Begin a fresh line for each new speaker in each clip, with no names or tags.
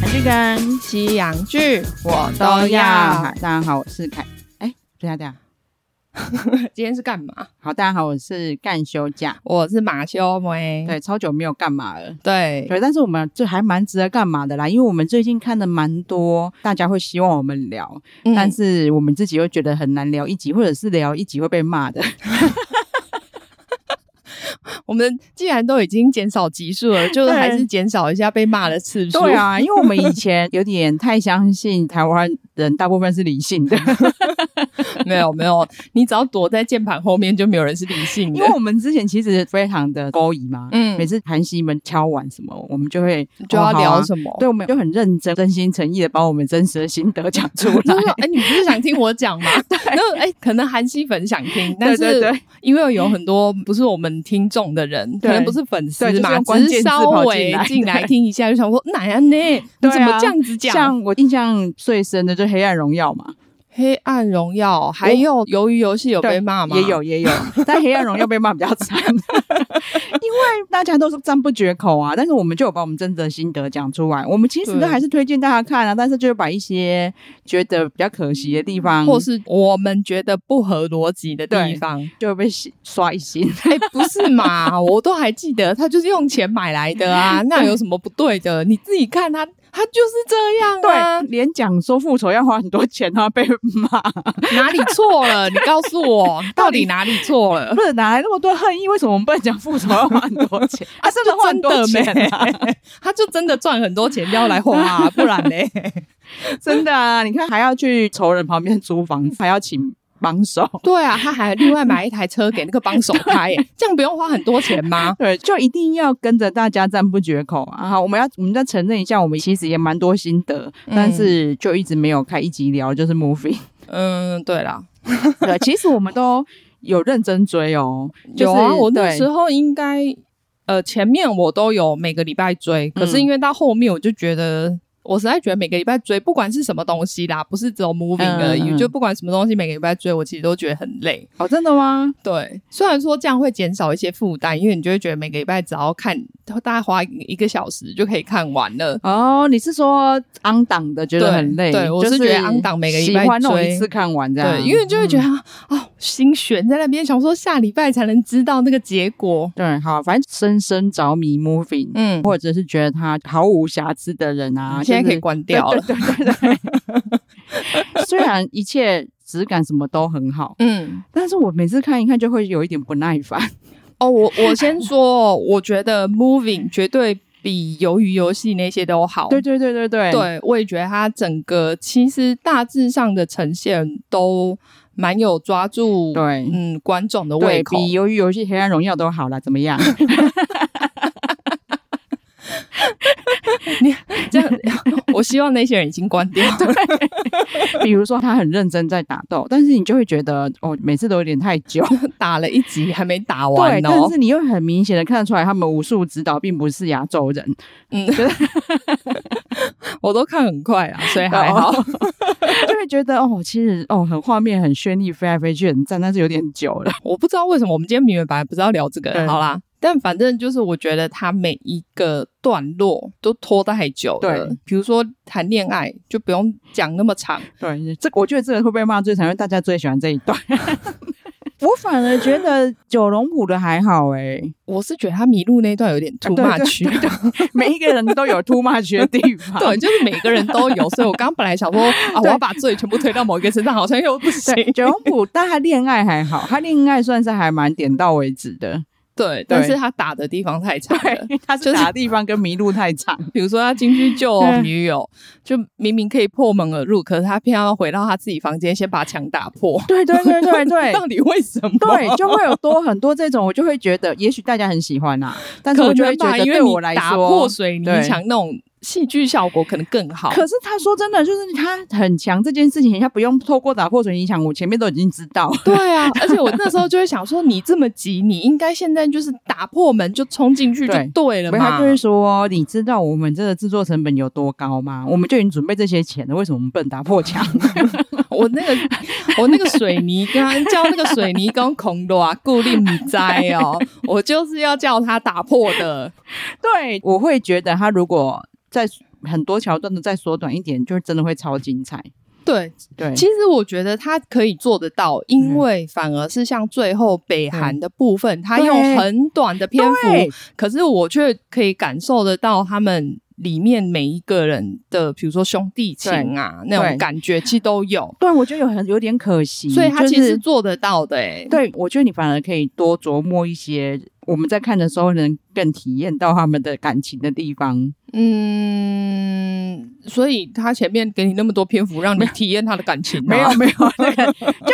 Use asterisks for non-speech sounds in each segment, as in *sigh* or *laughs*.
韩剧跟西洋剧我都要。
大家好，我是凯。哎，等一下等一下，
今天是干嘛？
好，大家好，我是干休假。
我是马修梅。
对，超久没有干嘛了。
对
对，但是我们这还蛮值得干嘛的啦，因为我们最近看的蛮多，大家会希望我们聊，
嗯
但是我们自己又觉得很难聊一集，或者是聊一集会被骂
*laughs*
的。
我们既然都已经减少集数
*laughs*
了，就是还是减少一下被骂的次数。
对，啊，因为我们以前有点太相信台湾人大部分是理性的，
*laughs* 没有没有，你只要躲在键盘后面，就没有人是理性
因
的
为。我们之前其实非常的勾引嘛，
嗯
每次韩熙们敲完什么，我们就会哦
就要聊
么。
什么？
啊对，我们就很认真、真心诚意的把我们真实的心得讲出
*laughs* 就
来
是。说，哎、你不是想听我讲
*laughs*
吗？那哎、可能韩系粉想听，但
对对
是
对
因为有很多不是我们听众的人，可
对
能不是粉丝
对就是
嘛，
用关
只是
键字
稍
跑进
微
来
进来
对
听一下，就想说 *laughs* 哪呀呢？你
对啊
怎么这样子讲？
像我印象最深的就是《黑暗荣耀》嘛，
黑暗荣耀哦还有鱿鱼游戏有被骂吗？
也有也有，但《黑暗荣耀》被骂比较惨， *laughs* 因为大家都是赞不绝口啊。但是我们就有把我们真的心得讲出来，我们其实
对
都还是推荐大家看啊，但是就是把一些觉得比较可惜的地方，
或是我们觉得不合逻辑的地
对
方，
就会被刷一星。
哎、不是嘛？我都还记得，他就是用钱买来的 *laughs* 啊，那有什么不对的？你自己看他，他就是这样啊
对，，连讲说复仇要花很多钱，然后被骂，
呃哪里错了？你告诉我， *laughs* 到底哪里错了？
不是哪来那么多恨意？为什么我们不能讲复仇要花很多钱？啊，真
就
的花
真
很
的
多
没 *laughs*
钱啊！
他就真的赚很多钱要来花、啊，不然嘞，
真的啊！你看，还要去仇人旁边租房子，还要请帮
*laughs*
手，
*laughs* 对啊，他还另外买一台车给那个帮手开、哎这样不用花很多钱吗？
对，就一定要跟着大家赞不绝口啊！好我们要我们再承认一下，我们其实也蛮多心得，
嗯
但是就一直没有开一集聊，就是 movie。
*laughs* 嗯，对啦，
对，其实我们都有认真追哦，就
有
是
啊，我那
对
时候应该呃前面我都有每个礼拜追，可
嗯
是因为到后面我就觉得。我实在觉得每个礼拜追，不管是什么东西啦，不是只有 moving 而已，
嗯嗯
就不管什么东西，每个礼拜追，我其实都觉得很累。
哦，真的吗？
对，虽然说这样会减少一些负担，因为你就会觉得每个礼拜只要看，大概花一个小时就可以看完了。
哦，你是说昂档的觉得很累？
对对我
就是
觉得昂档每个礼
喜
拜
欢那种
追
一次看完这样，嗯
对，因为就会觉得啊、心悬在那边，想说下礼拜才能知道那个结果。
对，好，反正深深着迷 movie，
嗯，
或者是觉得他毫无瑕疵的人啊，
现在
就
可
是
以关掉
*laughs*
了。
对对对对对虽然一切质感什么都很好，
嗯，
但是我每次看一看就会有一点不耐烦。
哦，我我先说，哦我觉得 Moving 绝对比鱿鱼游戏那些都好。
对对对对对
对我也觉得它整个其实大致上的呈现都蛮有抓住
对
嗯观众的胃
对
口
比。鱿鱼游戏、黑暗荣耀都好啦，怎么样？
这样， *laughs* 我希望那些人已经关掉。
比如说他很认真在打斗，但是你就会觉得哦，每次都有点太久。
打了一集还没打
对，
完
但
哦
是。你又很明显的看得出来，他们武术指导并不是亚洲人，
嗯，我都看很快啊，所以还
哦
好。
就会觉得哦，其实哦，很画面很绚丽，飞来飞去很赞，但是有点久了。
我不知道为什么我们今天明明白白不是要聊这个，
对
好啦。但反正就是，我觉得他每一个段落都拖太久了
对。
比如说谈恋爱，就不用讲那么长。
对，这我觉得这个会被骂最惨，因为大家最喜欢这一段。 *laughs* 我反而觉得九龙谱的还好哎、
我是觉得他迷路那一段有点 too
啊对
much，
对
*laughs*
*laughs* 每一个人都有 too much 的地 *laughs* 方。
对，就是每个人都有。所以我刚刚本来想说
*laughs*
啊，我要把罪全部推到某一个身上，好像又不行。
对，九龙谱，但他恋爱还好，他恋爱算是还蛮点到为止的。
*laughs* 对，但是他打的地方太长了。
对，他
就是
是打的地方跟迷路太长。
比如说他进去救
嗯
女友，就明明可以破门而入，可是他偏要回到他自己房间，先把墙打破。
对对对对 *laughs* 对
*laughs* 到底为什么？
对，就会有多很多这种，我就会觉得，也许大家很喜欢啦、但是我就会觉
可能吧
得
因
对
为你
我来
打
说，
破水泥
对
墙那种戏剧效果可能更好。 *laughs*
可是他说真的，就是他很强这件事情，他不用透过打破唇影响，我前面都已经知道。
对啊，而且我那时候就会想说，你这么急，你应该现在就是打破门就冲进去就
对
对了
不是他
嘛
就。会说，你知道我们这个制作成本有多高吗？我们就已经准备这些钱了，为什么我们不能打破墙？ *laughs*
我 *laughs* 那个我那个水泥跟叫那个水泥工孔罗啊固定不栽 *laughs* 哦，我就是要叫他打破的。
对，我会觉得他如果在很多桥段都再缩短一点，就真的会超精彩。
对，嗯
对，
其实我觉得他可以做得到，因为反而是像最后北韩的部分，他用很短的篇
对
幅，可是我却可以感受得到他们里面每一个人的，比如说兄弟情啊那种感觉，其实都有，
对，我觉得有很有点可惜，
所以他
就
其实
是
做得到的、欸。
对，我觉得你反而可以多琢磨一些，我们在看的时候能更体验到他们的感情的地方。
嗯，所以他前面给你那么多篇幅，让你体验他的感情、啊，
没有没有，那个 *laughs*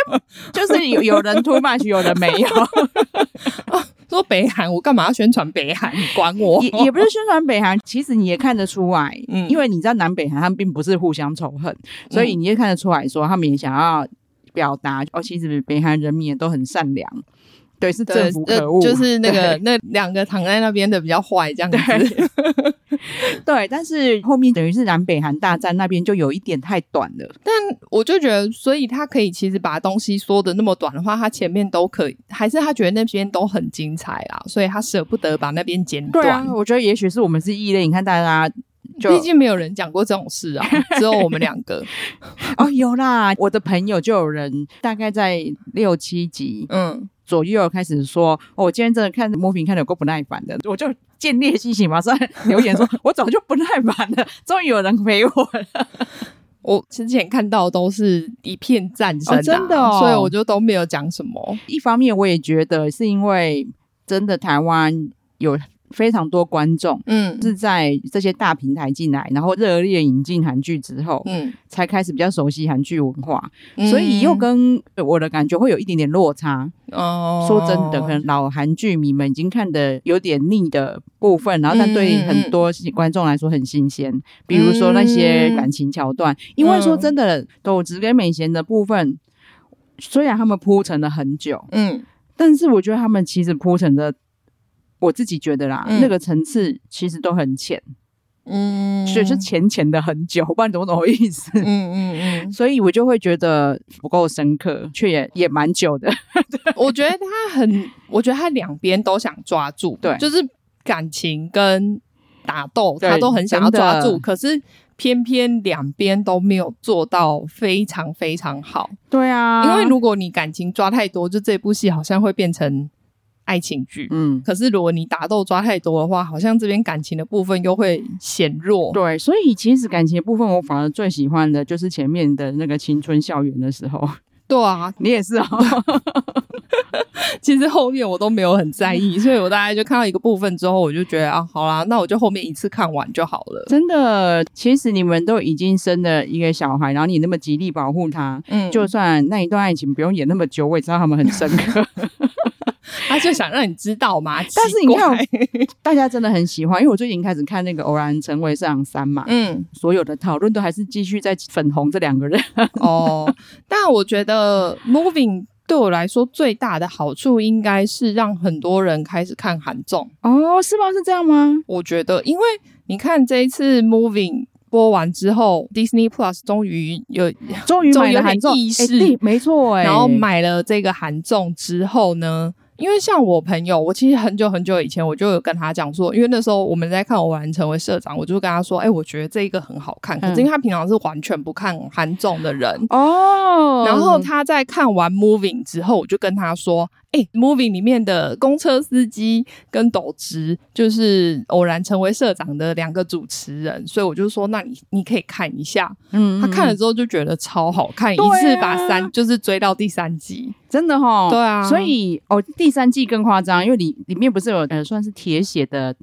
就就是有有人 too much，有人没有，
说北韩，我干嘛要宣传北韩？你管我？
也也不是宣传北韩，其实你也看得出来，
哦嗯
因为你知道南北韩他们并不是互相仇恨，所以你也看得出来说他们也想要表达，哦，其实北韩人民也都很善良，对，是
对
政府，
呃
可恶，
就是那 *laughs* 个那两个躺在那边的比较坏，这样子。
对，但是后面等于是南北韩大战那边就有一点太短了，
我就觉得，所以他可以其实把东西说的那么短的话，他前面都可以，还是他觉得那边都很精彩啦，所以他舍不得把那边剪
对
短
啊，。我觉得也许是我们是异类，你看大家就
毕竟没有人讲过这种事
*laughs*
啊，只有我们两个。
哦有啦，我的朋友就有人大概在六七集
嗯，
左右开始说，哦，我今天真的看摸屏看的有够不耐烦的，我就见猎心喜马上留言说，我早就不耐烦了， *laughs* 终于有人陪我了。
我之前看到都是一片赞声、啊
哦真的哦
所以我就都没有讲什么。
一方面我也觉得是因为真的台湾有非常多观众。
嗯
是在这些大平台进来，然后热烈引进韩剧之后，
嗯，
才开始比较熟悉韩剧文化，所以又跟我的感觉会有一点点落差。
哦，
说真的，可能老韩剧迷们已经看的有点腻的部分，然后但对
嗯嗯
很多观众来说很新鲜，比如说那些
嗯
感情桥段，因为说真的，斗直跟美贤的部分。虽然他们铺陈了很久，
嗯
但是我觉得他们其实铺陈的，我自己觉得啦，
嗯
那个层次其实都很浅，
嗯，
就是浅浅的很久，不然懂不懂我意思？
嗯嗯嗯，
*laughs* 所以我就会觉得不够深刻，却也也蛮久的。 *laughs*
我觉得他很，我觉得他两边都想抓住，
对
就是感情跟打斗，
对
他都很想要抓
真
住，
的
可是偏偏两边都没有做到非常非常好。
对啊
因为如果你感情抓太多，就这部戏好像会变成爱情剧。
嗯，
可是如果你打斗抓太多的话，好像这边感情的部分又会显弱。
对，所以其实感情的部分，我反而最喜欢的就是前面的那个青春校园的时候。 *laughs*
对啊，
你
*laughs*
也是哦，
其实后面我都没有很在
*laughs*
意，所以我大概就看到一个部分之后，我就觉得啊，好啦，那我就后面一次看完就好了。
真的。其实你们都已经生了一个小孩，然后你那么极力保护他。
嗯，
就算那一段爱情不用演那么久，我也知道他们很深
*laughs*
刻。
他就想让你知道嘛。
*laughs* 但是
奇
你
怪
看，大家真的很喜欢，因为我最近开始看那个《偶然成为上三》嘛，
嗯，
所有的讨论都还是继续在粉红这两
*laughs*
个人。
哦，但我觉得 Moving 对我来说最大的好处应该是让很多人开始看韩综。
哦，是吗？是这样吗？
我觉得，因为你看这一次 Moving 播完之后，Disney Plus 终于有
终于
终于
买
有
了
点
韩综，
意
哎
识
对没错哎、
然后买了这个韩综之后呢，因为像我朋友，我其实很久很久以前我就有跟他讲说，因为那时候我们在看《偶然成为社长》，我就跟他说，哎、我觉得这一个很好看，可是因为他平常是完全不看韩综的人。
哦，
然后他在看完《Moving》之后，我就跟他说：“哎、m o v i n g 里面的公车司机跟斗直，就是偶然成为社长的两个主持人，所以我就说，那你你可以看一下。
嗯
他看了之后就觉得超好看，
对
一
啊
次把三就是追到第三集。
真的哈、
对啊
所以哦，第三季更夸张，因为里里面不是有呃算是铁血的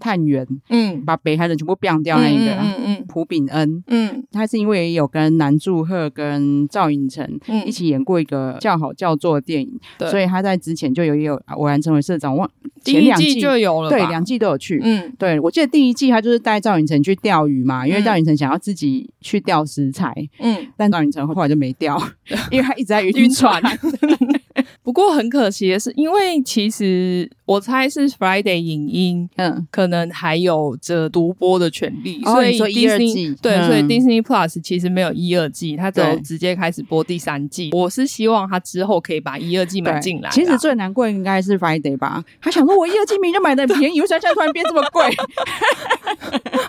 探员
嗯，
把北韩人全部变掉那一个
嗯
啊
嗯
朴炳恩，
嗯
他是因为有跟南柱赫跟赵寅成
嗯嗯
一，起演过一个叫好叫座的电影，
对
所以他在之前就有也有偶然成为社长，我忘
第
前
一
两
季
季
就有了吧，
对两季都有去。
嗯
对，我记得第一季他就是带赵寅成去钓鱼嘛，因为
嗯
赵寅成想要自己去钓食材，
嗯，
但赵寅成后来就没
*laughs*
钓，因为他一直在
晕
晕
船 *laughs*
船。。
不过很可惜的是，因为其实我猜是 Friday 影音
嗯，
可能还有着独播的权利，
哦
所以
你说
Disney
一二季
对，
嗯
所以 Disney Plus 其实没有一二季，它只有
对
直接开始播第三季。我是希望它之后可以把一二季买
对，
进来啦。啊
其实最难过应该是 Friday 吧，他想说我一二季明明就买的便宜，为什 *laughs* 么现在突然变这么
*laughs*
贵？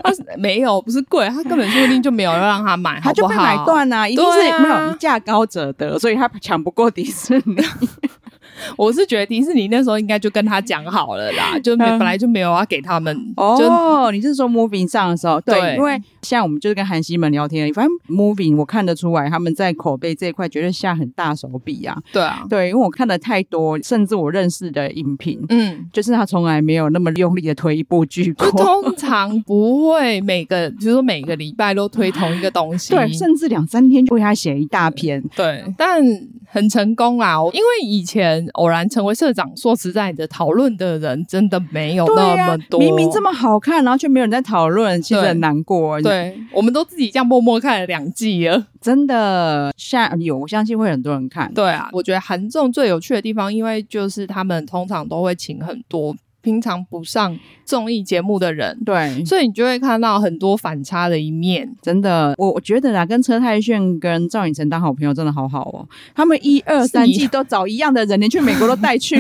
它是没有，不是贵，它根本说不定就没有要让他买，
*laughs* 他就
好
被
不
买
好？
断啊，一定是
对啊
没有价高者得，所以他抢不过迪士
*laughs*
尼。
我是觉得迪士尼那时候应该就跟他讲好了啦，就没本
嗯
来就没有要给他们，就
哦，你是说 Moving 上的时候？对，
对
因为像我们就是跟韩西们聊天，反正 Moving 我看得出来他们在口碑这一块绝对下很大手笔啊。
对啊，
对，因为我看的太多，甚至我认识的影评，
嗯。
*laughs* 就是他从来没有那么用力的推一部剧
就
过。
通常不会每个，比如说每个礼拜都推同一个东西，
对，甚至两三天就为他写一大篇，
对，但很成功啦。因为以前偶然成为社长，说实在的，讨论的人真的没有
对
哦那
呀、
么多，
明明这么好看，然后却没有人在讨论，其实很难过。，
对，我们都自己这样默默看了两季了。
真的，下有我相信会很多人看。
对啊，我觉得韩综最有趣的地方，因为就是他们通常都会请很多平常不上综艺节目的人，
对，
所以你就会看到很多反差的一面。
真的，我我觉得啦，跟车太炫跟赵寅成当好朋友真的好好哦。他们一二三
你
季都找一样的人，连去美国都
*laughs*
带去。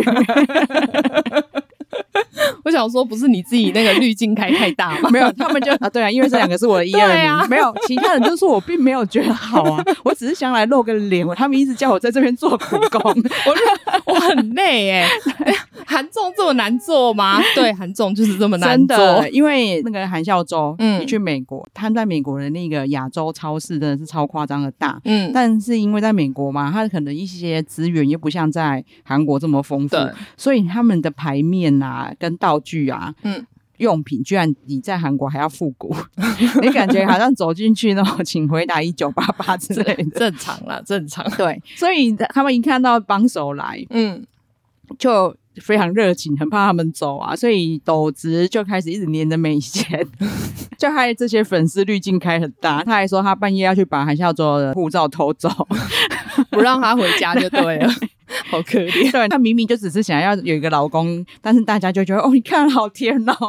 我想说，不是你自己那个滤镜开太大吗？
*laughs* 没有，他们就啊，对啊，因为这两个是我的一
对
二
啊
名，没有，其他人就说我并没有觉得好啊，我只是想来露个脸。我他们一直叫我在这边做苦
*laughs*
工，*laughs*
我就我很累哎、韩综这么难做吗？对，韩综就是这么难
真
做。
的，因为那个韩孝周，
嗯
嗯，去美国，他在美国的那个亚洲超市真的是超夸张的大。
嗯，
但是因为在美国嘛，他可能一些资源又不像在韩国这么丰富，
对，
所以他们的牌面啊、跟道具啊，
嗯
嗯，用品居然比在韩国还要复古， *laughs* 你感觉好像走进去那种《请回答一九八八》之类
*laughs*
的。
正常啦，正常。
对，所以他们一看到帮手来，
嗯，
就非常热情，很怕他们走啊，所以斗直就开始一直黏着美贤， *laughs* 就害这些粉丝滤镜开很大。他还说他半夜要去把韩孝周的护照偷走， *laughs*
不让他回家就对了，好可怜。
对，他明明就只是想要有一个老公，但是大家就觉得哦，你看好甜哦。 *laughs*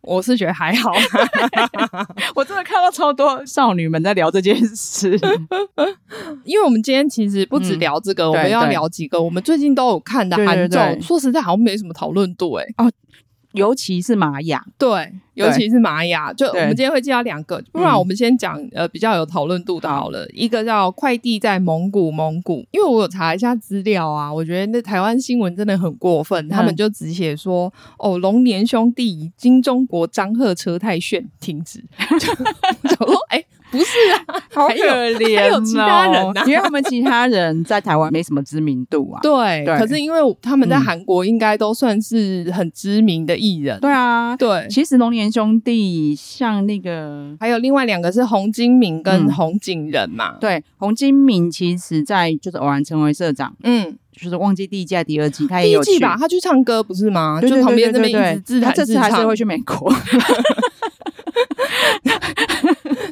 我是觉得还好，
我真的看到超多少女们在聊这件事。 *laughs*
因为我们今天其实不止
嗯
聊这个，我们
对
要
对
聊几个我们最近都有看的
对对
韩
对哦
综。说实在，好像没什么讨论度哎。
尤其是玛雅，
对，尤其是玛雅，就我
对
们今天会介绍两个，不然
嗯
我们先讲、呃比较有讨论度的好了。一个叫快递在蒙古，蒙古，因为我有查一下资料啊，我觉得那台湾新闻真的很过
嗯
分，他们就只写说哦，龙年兄弟已经中国张赫车太炫停止， *laughs* 就想说哎、不是啊，
好
可怜哦
还有其他人、
*laughs* 啊
因为他们其他人在台湾没什么知名度啊。
对，
对
可是因为他们在
嗯
韩国应该都算是很知名的艺人，
对啊，
对。
其实龙年兄弟像那个
还有另外两个是洪金明跟
嗯
洪景仁嘛，
对洪金明，其实在就是偶然成为社长，
嗯，
就是忘记第一季还是第二季，他也
第一
哎有
季
去
吧，。他去唱歌不是吗？
对对
就旁边
对
那
对
边
对
一直自
他
弹
这
自
次还是
唱
会，去美
*laughs*
国，*laughs*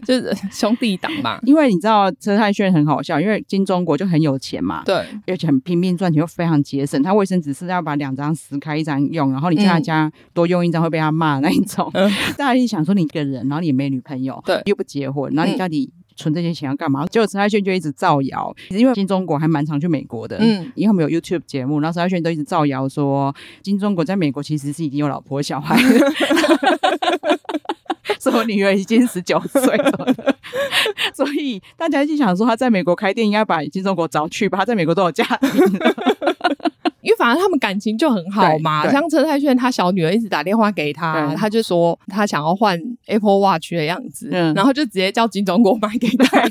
就是兄弟党
*laughs*
嘛。
因为你知道车太炫很好笑，因为金钟国就很有钱嘛，
对，
而且很拼命赚钱，又非常节省。他卫生纸是要把两张撕开一张用，然后你在他家多用一张会被他骂那一种。
嗯
大家一想说你一个人，然后你也没女朋友，
对
又不结婚，然
嗯
后你到底存这些钱要干嘛？结果陈泰炫就一直造谣，因为金中国还蛮常去美国的，
嗯，
因为我们有 YouTube 节目，然后陈泰炫都一直造谣说金钟国在美国其实是已经有老婆小孩了。 *laughs* 说我女儿已经十九岁了，所以大家就想说他在美国开店应该把金钟国找去吧，他在美国都有家庭了。
因为反正他们感情就很好嘛。
对对
像陈泰炫，他小女儿一直打电话给他，
对
他就说他想要换 Apple Watch 的样子，
嗯
然后就直接叫金钟国买给
*laughs*
他。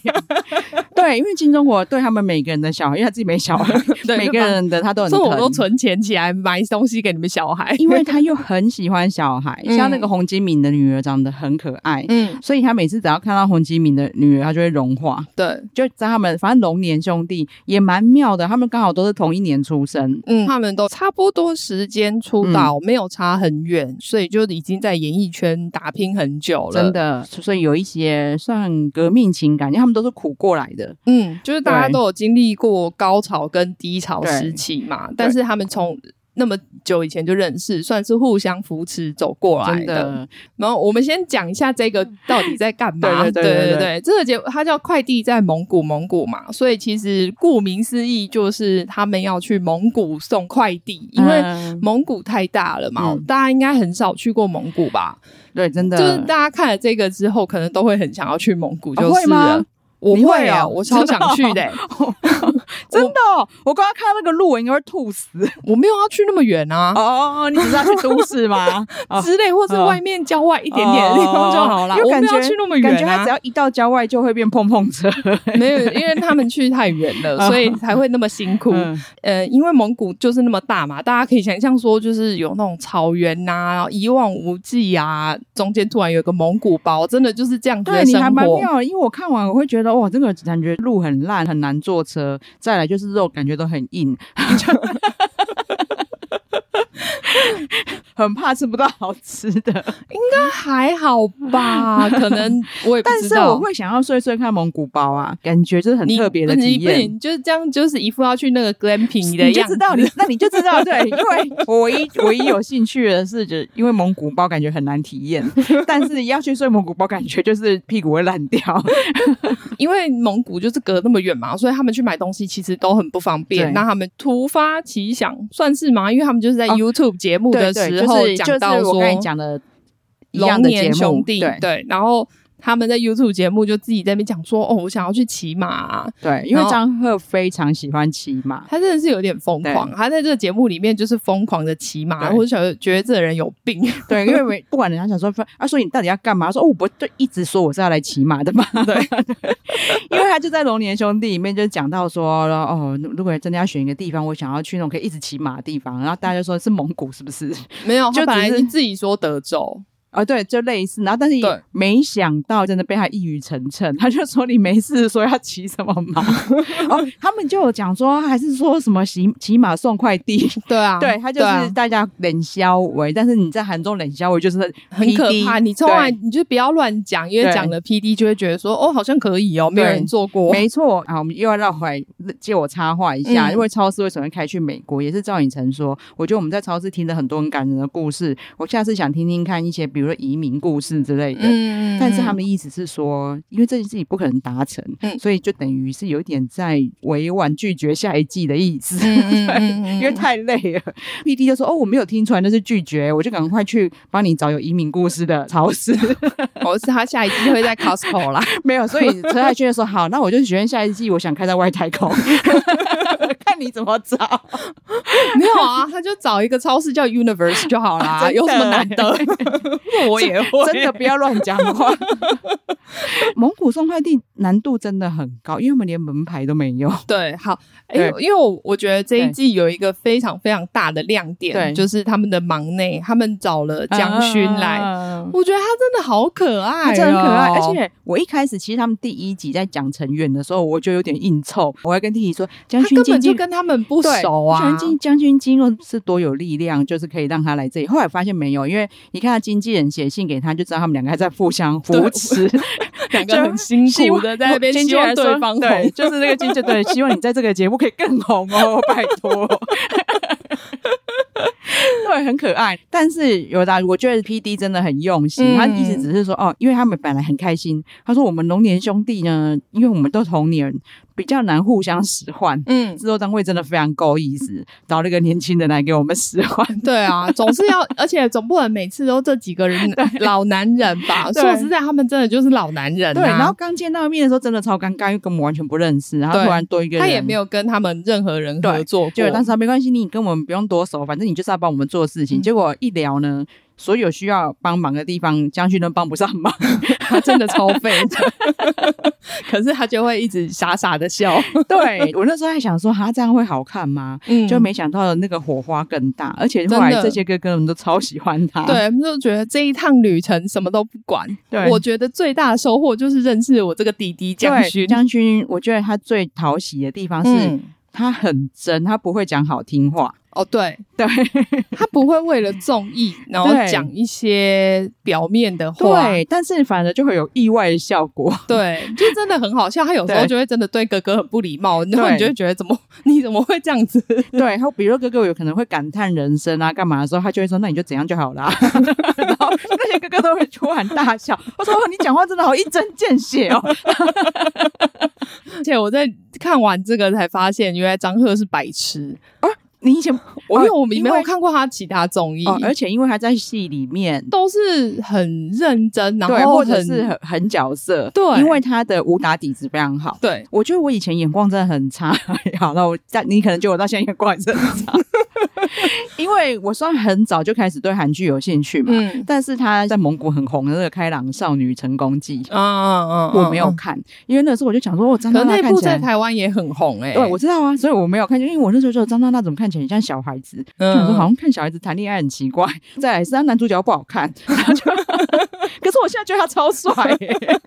对，因为金钟国对他们每个人的小孩，因为他自己没小孩，
对
每
就
个
把
人的他都很
所以我都
疼。
存钱起来买东西给你们小孩。
因为他又很喜欢小孩，
嗯
像那个洪金敏的女儿长得很可爱，
嗯，
所以他每次只要看到洪金敏的女儿，他就会融化。
对，
就在他们，反正龙年兄弟也蛮妙的，他们刚好都是同一年出生。
嗯，他们都差不多时间出道，
嗯
没有差很远，所以就已经在演艺圈打拼很久了。
真，的，所以有一些算革命情感，因为他们都是苦过来的。
嗯，就是大家
对
都有经历过高潮跟低潮时期嘛，但是他们从那么久以前就认识，算是互相扶持走过来
真的，
然后我们先讲一下这个到底在干嘛？
*laughs* 对对对
对
对对
这个节目它叫快递在蒙古，蒙古嘛，所以其实顾名思义就是他们要去蒙古送快递，因为。
嗯
蒙古太大了嘛，
嗯
大家应该很少去过蒙古吧？
对，真的
就是大家看了这个之后，可能都会很想要去蒙古，
啊
就是
会吗
了。我
你
会
会
啊，
哦
我超想去
*laughs*
的欸、
真的哦、我刚刚看到那个路，我应该会吐死。
我没有要去那么远啊，
*laughs* 哦，你只是要去都市 *laughs* 吗？哦
之类，或是
哦
外面郊外一点点的地
*laughs*
方就好了。
因
我
为
没
感觉
有要去那么
感觉
远
他
啊
只，要一到郊外就会变碰碰车。
没有，因为他们去太远了，
*laughs* 哦
所以才会那么辛苦。
嗯
呃，因为蒙古就是那么大嘛，大家可以想象说，就是有那种草原呐、然后一望无际啊，中间突然有个蒙古包，真的就是这样子
对
的
你
生
还蛮
活。
妙的，因为我看完我会觉得哇，这个感觉路很烂，很难坐车。再来就是肉感觉都很硬， *laughs* 很怕吃不到好吃的。
那还好吧，可能我也不
但
知
是
道。
我会想要睡睡看蒙古包啊，感觉就是很
你
特别的体
你不
验。
你就是这样，就是一副要去那个 glamping 的
你就
样
知
子。
道你， *laughs* 那你就知道，对，因为我唯一唯一有兴趣的是，就因为蒙古包感觉很难体验， *laughs* 但是要去睡蒙古包，感觉就是屁股会烂掉。
因为蒙古就是隔那么远嘛，所以他们去买东西其实都很不方便。
对
那他们突发奇想，算是吗？因为他们就是在
哦
YouTube 节目的
对对，
时候
就是
讲
就
到
是
说，
我跟你讲的一样
龙
的节
年
目，
兄弟
对
对，然后。他们在 YouTube 节目就自己在那边讲说，哦，我想要去骑马啊、
对，因为
然后
张赫非常喜欢骑
*laughs*
马，
他真的是有点疯狂。他在这个节目里面就是疯狂的骑马，
对
我觉得觉得这个人有病。 *laughs*
对，因为没不管人家想说，他说你到底要干嘛？他说哦我不就一直说我是要来骑
*laughs*
马的嘛。对，因为他就在《龙年兄弟》里面就讲到说，哦，如果真的要选一个地方，我想要去那种可以一直骑马的地方，然后大家就说是蒙古是不是？
没有，他
就
本来
只
是
是
自己说德州，
啊、对，就类似，然后但是
对
也没想到真的被他一语成谶，他就说你没事说要骑什么
*laughs*
马，哦，他们就有讲说还是说什么骑骑马送快
*laughs*
递，
对啊，
对他就
啊
是大家冷消维，但是你在韩中冷消维就是
很可
PD
怕。你从来
对
你就不要乱讲，因为
对
讲了 PD 就会觉得说，哦，好像可以哦，没有人做过。 *laughs*
没错啊，我们又要绕回来借我插话一下，
嗯
因为超市为什么会开去美国，也是赵寅成说，我觉得我们在超市听了很多很感人的故事，我下次想听听看一些，比如说移民故事之类的。
嗯
但是他们的意思是说，因为这件事情不可能达成，
嗯
所以就等于是有点在委婉拒绝下一季的意思。
嗯嗯嗯
对
嗯嗯
因为太累了，P D 就说：“哦，我没有听出来那是拒绝，我就赶快去帮你找有移民故事的超市。
我哦是他下一季会在 Costco 啦。”
*laughs* 没有，所以陈海轩就说：“好，那我就许愿下一季，我想开在外太空， *laughs* 看你怎么找。
没有啊，他就找一个超市叫 Universe 就好啦，
*laughs* 真的
啊有什么难的？我也会，
真的不要乱讲话。 *laughs* 蒙古送快递难度真的很高，因为我们连门牌都没有。
对，好，因为
对
因为我我觉得这一
对
季有一个非常非常大的亮点，
对
就是他们的忙内，他们找了蒋勋来，
啊
我觉得他真的好可爱、
他
哦，
真的很可爱，而且我一开始其实他们第一集在讲成员的时候，我就有点硬凑，我还跟弟弟说，将
他
军
根
经
本
济
就跟他们不熟啊
将。军将军经络是多有力量，就是可以让他来这里。后来发现没有，因为你看他经纪人写信给他，就知道他们两个还在互相扶持，
两个很辛苦的在那边
经纪
希望
人说
对方
对
红，
就是那个经纪
*laughs*
对，希望你在这个节目可以更红哦，拜托。对，很可爱，但是有的啊，我觉得 P D 真的很用
嗯
心。他一直只是说哦，因为他们本来很开心。他说我们龙年兄弟呢，因为我们都同年，比较难互相使唤。
嗯， *laughs*
制作单位真的非常够意思，找了一个年轻人来给我们使唤。
对啊，总是要，而且总不能每次都这几个 *laughs* 人老男人吧？
对
说实在，他们真的就是老男人、啊。
对，然后刚见到面的时候真的超尴尬，因为根本完全不认识，然后
对
突然多一个人，
他也没有跟他们任何人合作过。
就有当时没关系，你跟我们不用多熟，反正你就是要帮我们做事情。
嗯
结果一聊呢，所有需要帮忙的地方，江旭都帮不上忙， *laughs*
他真的超废的， *laughs* 可是他就会一直傻傻的笑。
对我那时候还想说，哈，这样会好看吗？
嗯
就没想到那个火花更大，而且后来
真的
这些哥哥们都超喜欢他。
对，他们就觉得这一趟旅程什么都不管。
对
我觉得最大的收获就是认识我这个弟弟
对
江勋。
将军，我觉得他最讨喜的地方是、
嗯，
他很真，他不会讲好听话。 *laughs*
哦，对，
对
他不会为了综艺然后
对
讲一些表面的话。
对，但是反而就会有意外的效果。
对，就真的很好笑。他有时候
对
就会真的对哥哥很不礼貌，然后你就会觉得怎么你怎么会这样子？ *laughs*
对，他比如说哥哥有可能会感叹人生啊，干嘛的时候，他就会说：“那你就怎样就好啦。” *laughs* 然后那些哥哥都会突然大笑。我说：“哦你讲话真的好一针见血哦。
而且我在看完这个才发现，原来张赫是白痴。”
你以
*laughs*
前哦
我因为我
因
没
为
有看过他其他综艺，
哦，而且因为他在戏里面，
都是很认真，然
对，
后
或
很
者是很很角色，
对
因为他的武打底子非常好。
对。
我觉得我以前眼光真的很差，好，那我但你可能觉得我到现在眼光还是很差， *laughs* 因为我算很早就开始对韩剧有兴趣嘛。
嗯
但是他在蒙古很红的那个《开朗少女成功记》，
啊啊！
嗯我没有看，因为那时候我就想说，我哦张
可
娜
能
娜
那
看
部
起
在
来。
台湾也很红哎、
对，我知道啊，所以我没有看，因为我那时候觉得张娜娜怎么看起来很像小孩子，
嗯
就想说好像看小孩子谈恋爱很奇怪。再来是他男主角不好看，然后就 *laughs* 可是我现在觉得他超帅欸、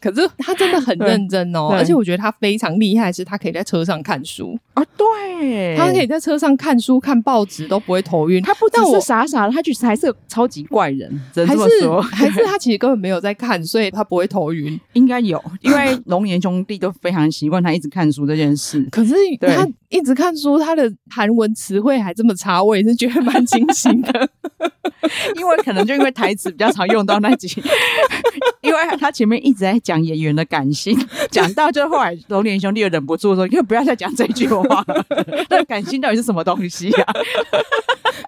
可是他真的很认真哦，
对
而且我觉得他非常厉害，是他可以在车上看书，
啊！
*laughs*
对，
他可以在车上看书、看报纸都不会头晕。
他不只
但我
是傻傻的，他其实还是个超级怪人，只能
还
这么
是
说，
还是他其实根本没有在看，所以他不会头晕。
应该有，因为龙岩兄弟都非常习惯他一直看书这件事。
可是
对
他一直看书，他的韩文词汇还这么差，我也是觉得蛮惊喜 *laughs* 的。
*laughs* 因为可能就因为台词比较常用到那集， *laughs* 因为他前面一直在讲演员的感性， *laughs* 讲到就后来龙年兄弟又忍不住说：“你可以不要再讲这句话了， *laughs* 那感性到底是什么东西呀、啊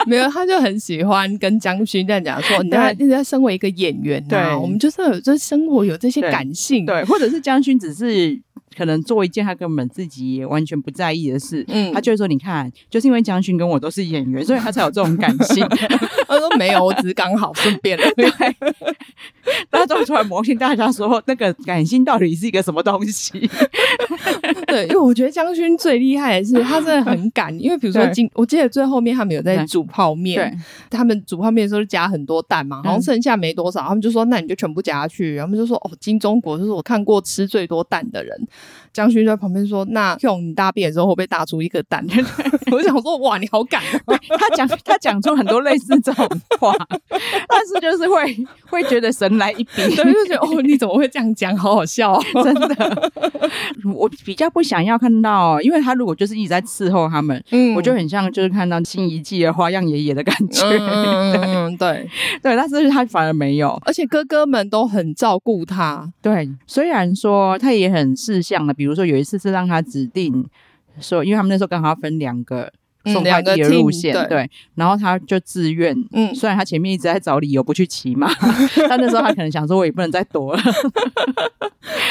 没有，他就很喜欢跟江勋这样讲说，你在你在身为一个演员、啊，
对
我们就是有这生活有这些
对
感？”性，
对，或者是将军只是可能做一件他根本自己也完全不在意的事。
嗯
他就会说：“你看，就是因为将军跟我都是演员，所以他才有这种感性。
他说没有，我只是刚好顺便 *laughs* 而已。
*laughs* 大家都突然模型，大家说那个感性到底是一个什么东西？
对，因为我觉得将军最厉害的是他真的很敢，因为比如说
对
今我记得最后面他们有在
对
煮泡面，他们煮泡面的时候就加很多蛋嘛，好像剩下没多少，他们就说那你就全部加下去，然后他们就说哦，金钟国就是我看过吃最多蛋的人。将军就在旁边说，那用你大便的时候会不会大出一颗蛋？ *laughs* 我想说哇，你好敢、啊，
*laughs* 他讲他讲出很多类似这种
*laughs*
话，但是就是会会觉得神来
*laughs*
一笔，
对，就觉得哦，你怎么会这样讲，好好笑、哦。
真的。我比较不想要看到，因为他如果就是一直在伺候他们，
嗯
我就很像就是看到新一季的花样爷爷的感 *laughs* 觉。
嗯嗯嗯嗯，对，
对，但是他反而没有。
而且哥哥们都很照顾他，
对，虽然说他也很事项的，比如说有一次是让他指定说，因为他们那时候刚好要分两个。
嗯
送快递
两
的
个 team，
路线，
对
对，然后他就自愿，
嗯
虽然他前面一直在找理由不去骑 *laughs* 马，但那时候他可能想说，我也不能再躲了，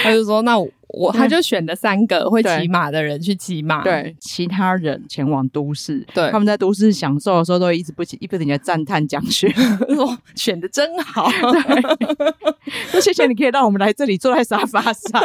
他就说：“那我我他就选了三个会
对
骑马的人去骑马。”
*laughs* 对，其他人前往都市，
对
他们在都市享受的时候，都一直不一不停的赞叹蒋 *laughs* 勋，
他说：“选的真好。 *laughs*
说谢谢你可以让我们来这里坐在沙发上，”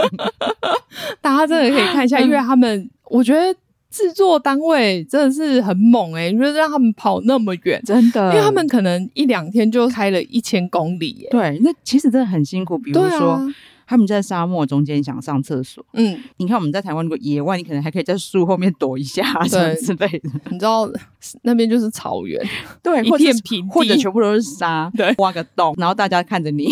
大家真的可以看一下，
嗯
因为他们我觉得制作单位真的是很猛哎、欸，就是让他们跑那么远，
*laughs* 真的
因为他们可能一两天就开了一千公里耶、
对，那其实真的很辛苦，比如
对
说、
啊，
他们在沙漠中间想上厕所，
嗯，
你看我们在台湾如果野外，你可能还可以在树后面躲一下啊什么
对
之类的，
你知道那边就是草
*laughs*
原，
对
一
或者
片
是
平地，
或者全部都是沙，
对
挖个洞，然后大家看着你，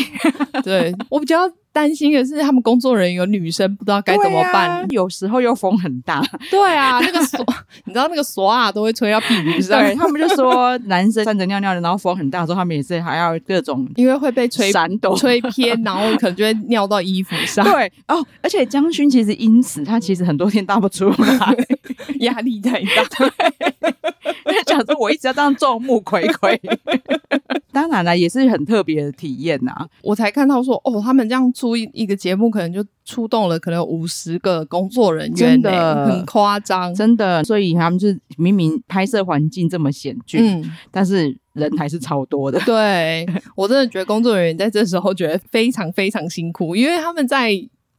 对我比较担心的是，他们工作人员有女生，不知道该
啊
怎么办。
有时候又风很大，
对啊，那个锁， *laughs* 你知道那个锁啊都会吹到屁股上，
*laughs* 对他们就说男生站着尿尿的，然后风很大的时候，他们也是还要各种
因为会被吹
闪躲。
吹偏，然后可能就会尿到衣服上，
*laughs* 对哦，而且将军其实因此他其实很多天大不出
*laughs*
来， *laughs*
压力太大。
因为讲说我一直要这样众目睽睽。当然了，也是很特别的体验啊呐、
我才看到说，哦，他们这样出一一个节目，可能就出动了可能有五十个工作人员、
真的
欸，很夸张。
真的。所以他们就是明明拍摄环境这么险峻，
嗯，
但是人还是超多的。 *laughs*
对我真的觉得工作人员在这时候觉得非常非常辛苦，因为他们在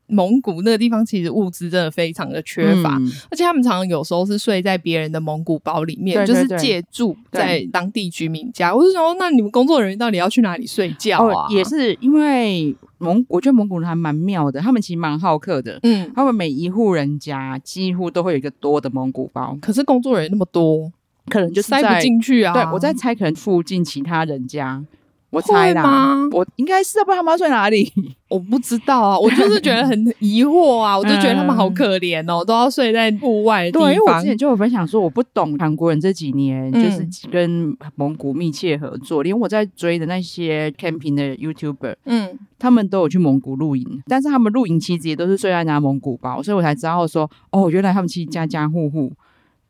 蒙古那个地方其实物资真的非常的缺乏，
嗯
而且他们常常有时候是睡在别人的蒙古包里面，
对对
就
对
是借住在当地居民家。我就想说，那你们工作人员到底要去哪里睡觉啊？
哦，也，是因为蒙，我觉得蒙古人还蛮妙的，他们其实蛮好客的。
嗯。
他们每一户人家几乎都会有一个多的蒙古包，
可是工作人员那么多，
可能就是
塞
在
不进去啊！
对，我在猜，可能附近其他人家，我
会
猜啦
吗，
我应该是，要不然他们要睡哪里？ *laughs*
我不知道啊，我就是觉得很疑惑
*laughs*
啊，我就觉得他们好可怜哦，都要睡在户外的地
嗯对，啊
方。
因为我之前就有分享说，我不懂韩国人这几年就是跟蒙古密切合作，连我在追的那些 camping 的 YouTuber，
嗯，
他们都有去蒙古露营，但是他们露营其实也都是睡在拿蒙古包，所以我才知道说，哦，原来他们其实家家户户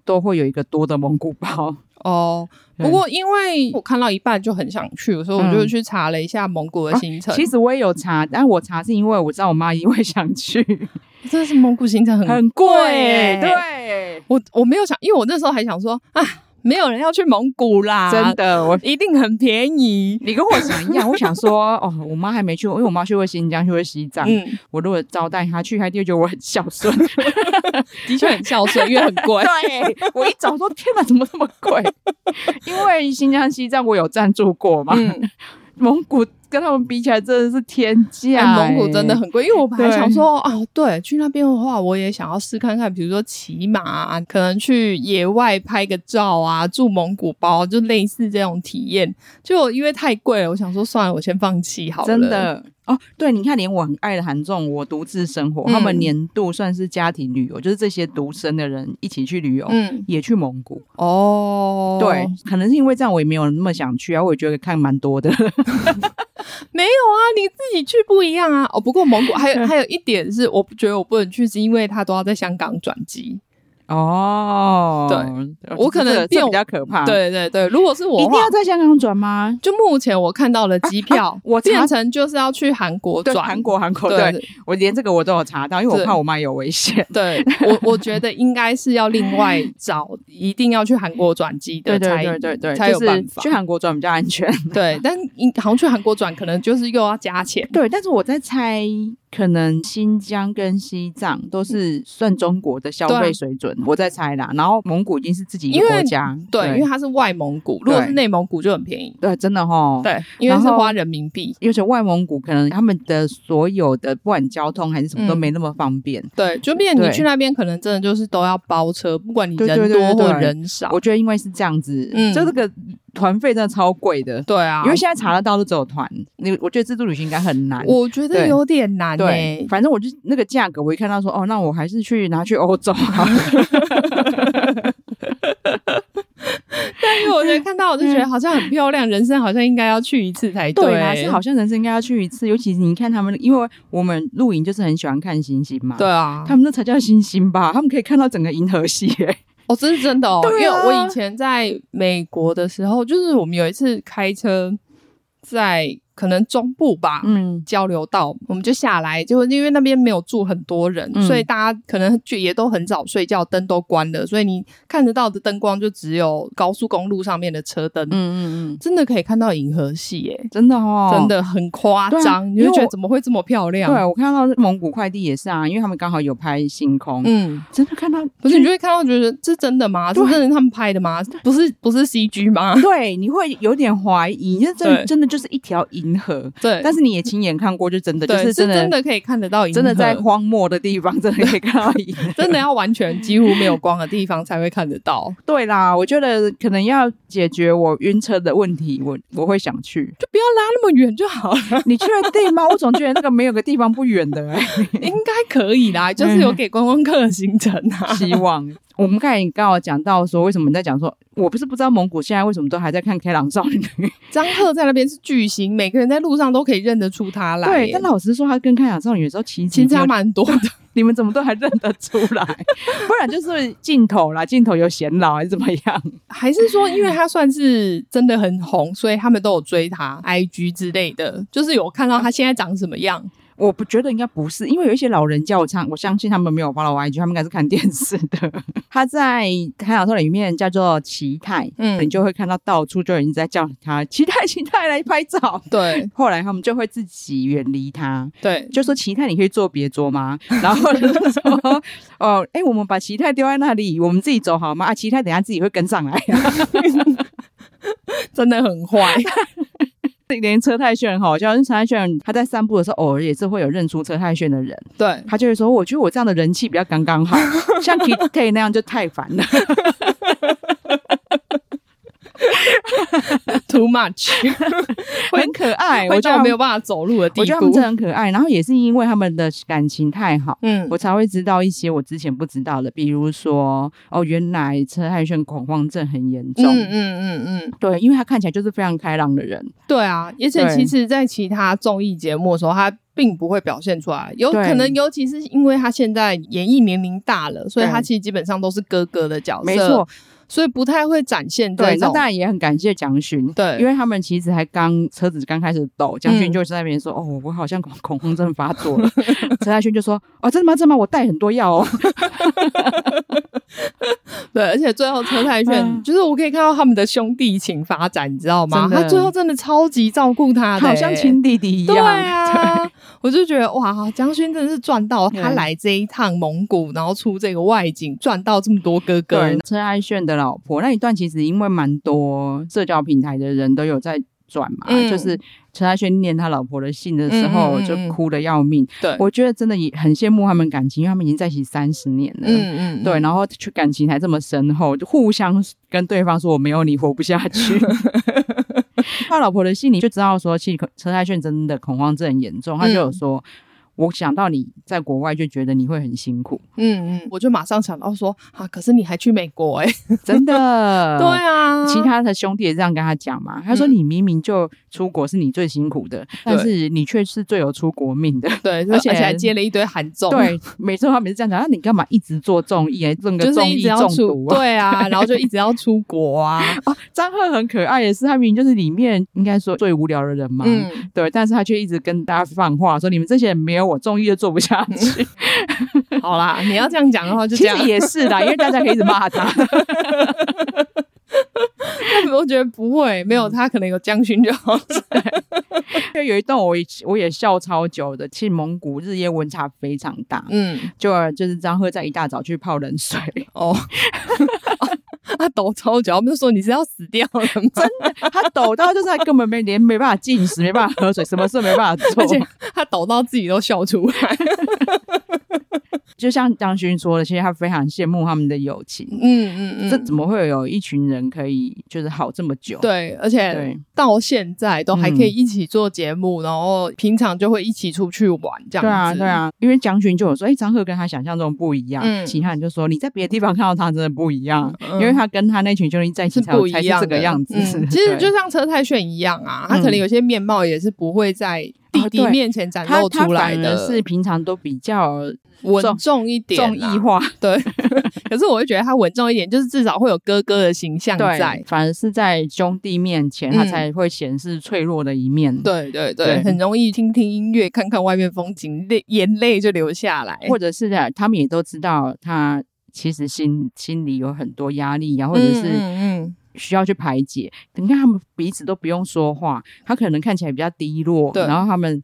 都会有一个多的蒙古包。
哦，
对嗯
不过因为我看到一半就很想去，所以我就去查了一下蒙古的行程。
啊其实我也有查，但我查是因为我知道我妈因为想去，
真的是蒙古行程很，
很贵
耶
对，
我我没有想，因为我那时候还想说啊，没有人要去蒙古啦，
真的我。
一定很便宜。
啊你跟我想一样，我想说， *laughs* 哦，我妈还没去过，因为我妈去过新疆，去过西藏，
嗯，
我如果招待他去，他一定会觉得我很孝顺。 *laughs*
的确很孝顺，因为很贵。
对，我一找说天哪，怎么这么贵？ *laughs* 因为新疆、西藏我有赞助过嘛，
嗯，
蒙古跟他们比起来真的是天价、
哎蒙古真的很贵，因为我本来
对
想说，哦，对，去那边的话，我也想要试看看，比如说骑马、啊，可能去野外拍个照啊，住蒙古包，就类似这种体验。就因为太贵了，我想说算了，我先放弃好了。
真，的哦。对，你看，连我很爱的韩仲，我独自生活，他们
嗯
年度算是家庭旅游，就是这些独生的人一起去旅游。
嗯，
也去蒙古，
哦，
对，可能是因为这样，我也没有那么想去啊。我也觉得看蛮多的， *laughs*
没有啊，你自己去不一样啊。哦，不过蒙古还
*laughs*
有还有一点是，我不觉得我不能去，是因为他都要在香港转机。
哦，
对
这
我可能
这个
变
这比较可怕。，
对对对，如果是我
啊一
的
定
话
要在香港转吗？
就目前我看到的机票，
我查
变成就是要去韩国
对，
转
韩。国韩国，
对
对我连这个我都有查到，因为我
对
怕我妈有危险。
对，我我觉得应该是要另外
*laughs*
找，一定要去韩国转机的才才有
就是
办法。
去韩国转比较安全。
对，但应好像去韩国转可能就是又要加钱。
对，但是我在猜，可能新疆跟西藏都是算中国的消
对啊
费水准，我在猜啦。然后蒙古已经是自己一个
因为
国家，
对，因为它是外蒙古，如果是
对
内蒙古就很便宜。
对，真的哈，。
对，因为
然
是
后
花人民币。
而且外蒙古可能他们的所有的不管交通还是什么都
嗯
没那么方便，
对，就变成
对
你去那边可能真的就是都要包车，不管你
对对
人
对对
多或
对
人少。
我觉得因为是这样子，
嗯
就这个团费真的超贵的，
对啊，
因为现在查得到都只有团，你我觉得自助旅行应该很难。
我觉得
对
有点难欸诶、
*laughs* 对，反正我就那个价格，我一看到说，哦，那我还是去拿去欧洲 *laughs* 好了。
因为我在看到，我就觉得好像很漂亮，人生好像应该要去一次才欸
啦，是好像人生应该要去一次，尤其是你看他们，因为我们露营就是很喜欢看星星嘛。
对。
*laughs*
啊，
他们那才叫星星吧，他们可以看到整个银河系耶。
哦，这是真的哦，因
对
为
啊
我以前在美国的时候，就是我们有一次开车在可能中部吧。
嗯，
交流道，我们就下来，结果因为那边没有住很多人，
嗯
所以大家可能就也都很早睡觉，灯都关了，所以你看得到的灯光就只有高速公路上面的车灯，
嗯嗯嗯，
真的可以看到银河系耶、
真的哦，
真。的很夸
对啊
张，你
因
就
为
觉得
我
怎么会这么漂亮？
对，啊我看到蒙古快递也是啊，因为他们刚好有拍星空，
嗯，
真的看到
不是，你就会看到觉得这真的吗？这
对
真的是他们拍的吗？不是，不是 CG 吗？
对，你会有点怀疑，那真
对
的真的就是一条一银河，
对，
但是你也亲眼看过，就真的就
对是
真的
真的可以看得到银河，
真的在荒漠的地方，真的可以看到银河。 *laughs*
真的要完全几乎没有光的地方才会看得到。。
对啦，我觉得可能要解决我晕车的问题，我我会想去
就不要拉那么远就
*laughs*
好了，
你确定吗？我总觉得那个没有个地方不远的、欸，
应该可以啦，就是
嗯
有给观光客的行程
*laughs*
啊。
希望。我们刚才刚好讲到说，为什么你在讲说，我不是不知道蒙古现在为什么都还在看《开朗少女》
张赫在那边是巨星，每个人在路上都可以认得出他来。
对，但老实说，他跟《开朗少女》的时候，其实
其实还蛮多的。 *laughs*
你们怎么都还认得出来？ *laughs* 不然就是镜头啦，镜头有显老还是怎么样？
还是说，因为他算是真的很红，所以他们都有追他 IG 之类的，就是有看到他现在长什么样。
*laughs* 我不觉得应该不是，因为有一些老人家，我唱，我相信他们没有 follow IG，他们应该是看电视的。 *laughs* 他在《海岛说》里面叫做齐泰，
嗯
你就会看到到处就有人在叫他齐泰， *laughs* 齐泰来拍照。
对
后来他们就会自己远离他，
对，
就说齐泰你可以坐别桌吗？ *laughs* 然后就说哦，哎、我们把齐泰丢在那里，我们自己走好吗？啊，齐泰等一下自己会跟上来、 *laughs*
真的很坏。
连车太炫很好笑，因为车太炫他在散步的时候，偶尔也是会有认出车太炫的人，
对，
他就会说：“我觉得我这样的人气比较刚
*laughs*
刚好，像 Kitty 那样就太烦了。
too
*laughs*
much，
很可爱，
我
我
觉得
觉得
我没有
有，
办法走路的地
我觉得他
步
们。真的很可爱。然后也是因为他们的感情太好。”
嗯，
我才会知道一些我之前不知道的，比如说哦，原来车太炫恐慌症很严重。
嗯嗯嗯嗯，
对，因为他看起来就是非常开朗的人，
对啊，而且
对
其实，在其他综艺节目的时候，他并不会表现出来，有
对
可能，尤其是因为他现在演艺年龄大了，所以
对
他其实基本上都是哥哥的角色，
没错，，
所以不太会展现这
对，那
种
当。然也很感谢蒋勋，
对
因为他们其实还刚车子刚开始抖，蒋勋
嗯
就在那边说：“哦，我好像恐恐慌症发作了。”陈大勋就说：“哦，真的吗？真的吗？我带很多药哦。
对，而且最后车太炫、
嗯
就是我可以看到他们的兄弟情发展，你知道吗？
真的
他最后真的超级照顾他的、欸
好像亲弟弟一
啊对
样。 *laughs*
啊，我就觉得哇，江勋真的是赚到，
对
他来这一趟蒙古，然后出这个外景，赚到这么多哥
对
哥。
车爱炫的老婆那一段，其实因为蛮多社交平台的人都有在转嘛，
嗯
就是陈爱炫念他老婆的信的时候，
嗯嗯嗯嗯
就哭的要命。
对
我觉得真的也很羡慕他们感情，因为他们已经在一起三十年了。
嗯嗯，
对，然后去感情还这么深厚，就互相跟对方说我没有你活不下
*laughs*
去。他老婆的信里就知道说，其实车太炫真的恐慌症很严重，他就有
嗯
说。我想到你在国外，就觉得你会很辛苦，
嗯嗯，我就马上想到说啊，可是你还去美国哎、
真的。
*laughs* 对啊，
其他的兄弟也这样跟他讲嘛，他说
嗯
你明明就出国是你最辛苦的，但是你却是最有出国命的。
对，
而
而
且
且还接了一堆韩 *laughs* 综，，
对，每次他每次这样讲，啊那、你干嘛一直做综艺，还弄个
就是
综
一
艺
直要
中
出
毒啊？
对 *laughs* 啊，然后就一直要出国啊，
张赫很可爱，也是他明明就是里面应该说最无聊的人嘛，
嗯，
对，但是他却一直跟大家放话说你们这些人没有我综艺就做不下去，
好
*laughs*
啦，啊你要这样讲的话就这
其
样
实，也是啦，因为大家可以一直骂他，
*laughs* 我觉得不会，没有他可能有将军就好了。
因为有一段我也我也笑超久的，去蒙古日夜温差非常大，
嗯，
就就是张赫在一大早去泡冷水，
*laughs* 哦， *laughs* 他抖超久，我们就说你是要死掉了吗？
他抖到就是他根本没连没办法进食，没办法喝水，什么事没办法
*laughs*
做，
而且他抖到自己都笑出来。
就像张勋说的，其实他非常羡慕他们的友情。
嗯
这怎么会有一群人可以就是好这么久？
对，而且
对
到现在都还可以
嗯
一起做节目，然后平常就会一起出去玩这样
对啊，
子。
对，啊，因为蒋勋就有说，哎、张赫跟他想象中不一样。
嗯
其他人就说你在别的地方看到他真的不一样，
嗯
因为他跟他那群兄弟在一起
是
才有
不一
才
样
是
的
这个样子。
嗯其实
对
就像车太炫一样啊，他可能有些面貌也是不会在弟
嗯哦
弟
对
面前展
他
露
他
出来
反而
的，
是平常都比较
稳重一点啊，
综艺化，
对， *laughs* 可是我会觉得他稳重一点，就是至少会有哥哥的形象在
对，。反而是在兄弟面前他
嗯
才会显示脆弱的一面。
对对
对
对，很容易听听音乐，看看外面风景，泪眼泪就流下来。
或者是啊他们也都知道他其实心心里有很多压力啊，或者是
嗯
需要去排解。你看他们彼此都不用说话，他可能看起来比较低落，
对
然后他们。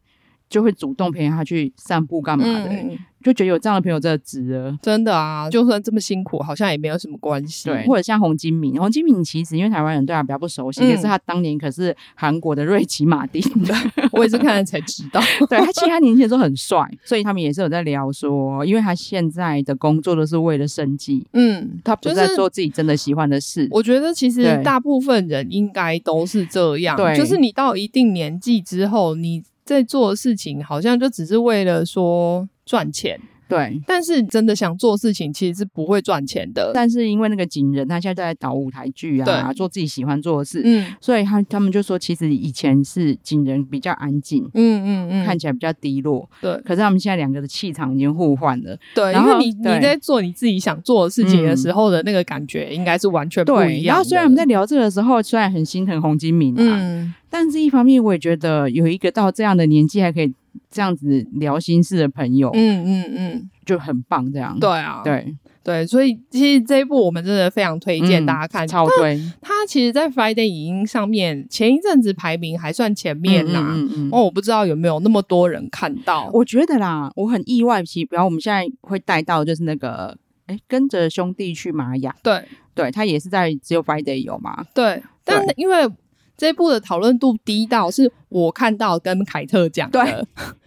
就会主动陪他去散步干嘛的，
嗯，
就觉得有这样的朋友真的值了。
真的啊，就算这么辛苦，好像也没有什么关系。
对，或者像洪金明，洪金明其实因为台湾人对他比较不熟悉，
嗯
可是他当年可是韩国的瑞奇马
*laughs*
丁的，
我也是看了才知
*laughs*
道。
对他其实他年轻的时候很帅，所以他们也是有在聊说，因为他现在的工作都是为了生计，
嗯，
他不
就是
在做自己真的喜欢的事。
我觉得其实
对
大部分人应该都是这样，
对
就是你到一定年纪之后，你在做的事情好像就只是为了说赚钱，
对，
但是真的想做事情其实是不会赚钱的。
但是因为那个景仁，他现在在导舞台剧啊，
对
做自己喜欢做的事，
嗯
所以他他们就说，其实以前是景仁比较安静。
嗯嗯嗯，
看起来比较低落，
对
可是他们现在两个的气场已经互换了，
对，
然
因
后
为你
对
你在做你自己想做的事情的时候的那个感觉，应该是完全不一样的。
然后虽然我们在聊这个的时候，虽然很心疼洪金明啊，
嗯，
但是一方面我也觉得有一个到这样的年纪还可以这样子聊心事的朋友，
嗯嗯嗯，
就很棒。这样
对啊，
对，
对，所以其实这一部我们真的非常推荐
嗯
大家看。
超推
它其实，在 Friday 影音上面，前一阵子排名还算前面呐、
嗯嗯嗯嗯
哦，我不知道有没有那么多人看到。
我觉得啦，我很意外，其实然后我们现在会带到就是那个。哎，跟着兄弟去玛雅，
对
对他也是在只有 Friday 有嘛？
对，但因为这一部的讨论度低到是我看到跟凯特讲的，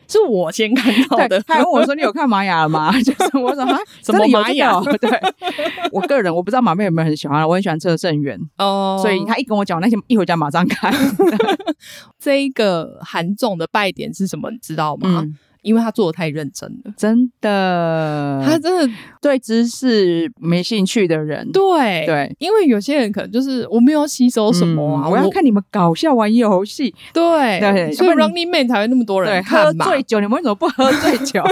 是我先看到
对
的，。
他还问我说：“你有看玛雅了吗？” *laughs* 就是我说：“啊，
什么
真的有
玛雅
这个 *laughs* 哦对我个人我不知道马妹有没有很喜欢，啊我很喜欢车胜元，
哦，
所以他一跟我讲那些，一回家马上看。
这一个韩总的败点是什么？你知道吗？
嗯，
因为他做的太认真了，
真的，
他真的
对知识没兴趣的人，
对。
对，
因为有些人可能就是我没有吸收什么啊，
嗯我要看你们搞笑玩游戏，
对
对
所以
要不然
Running Man 才会那么多
对，
人
喝
看嘛。
醉酒，你们为什么不喝醉酒？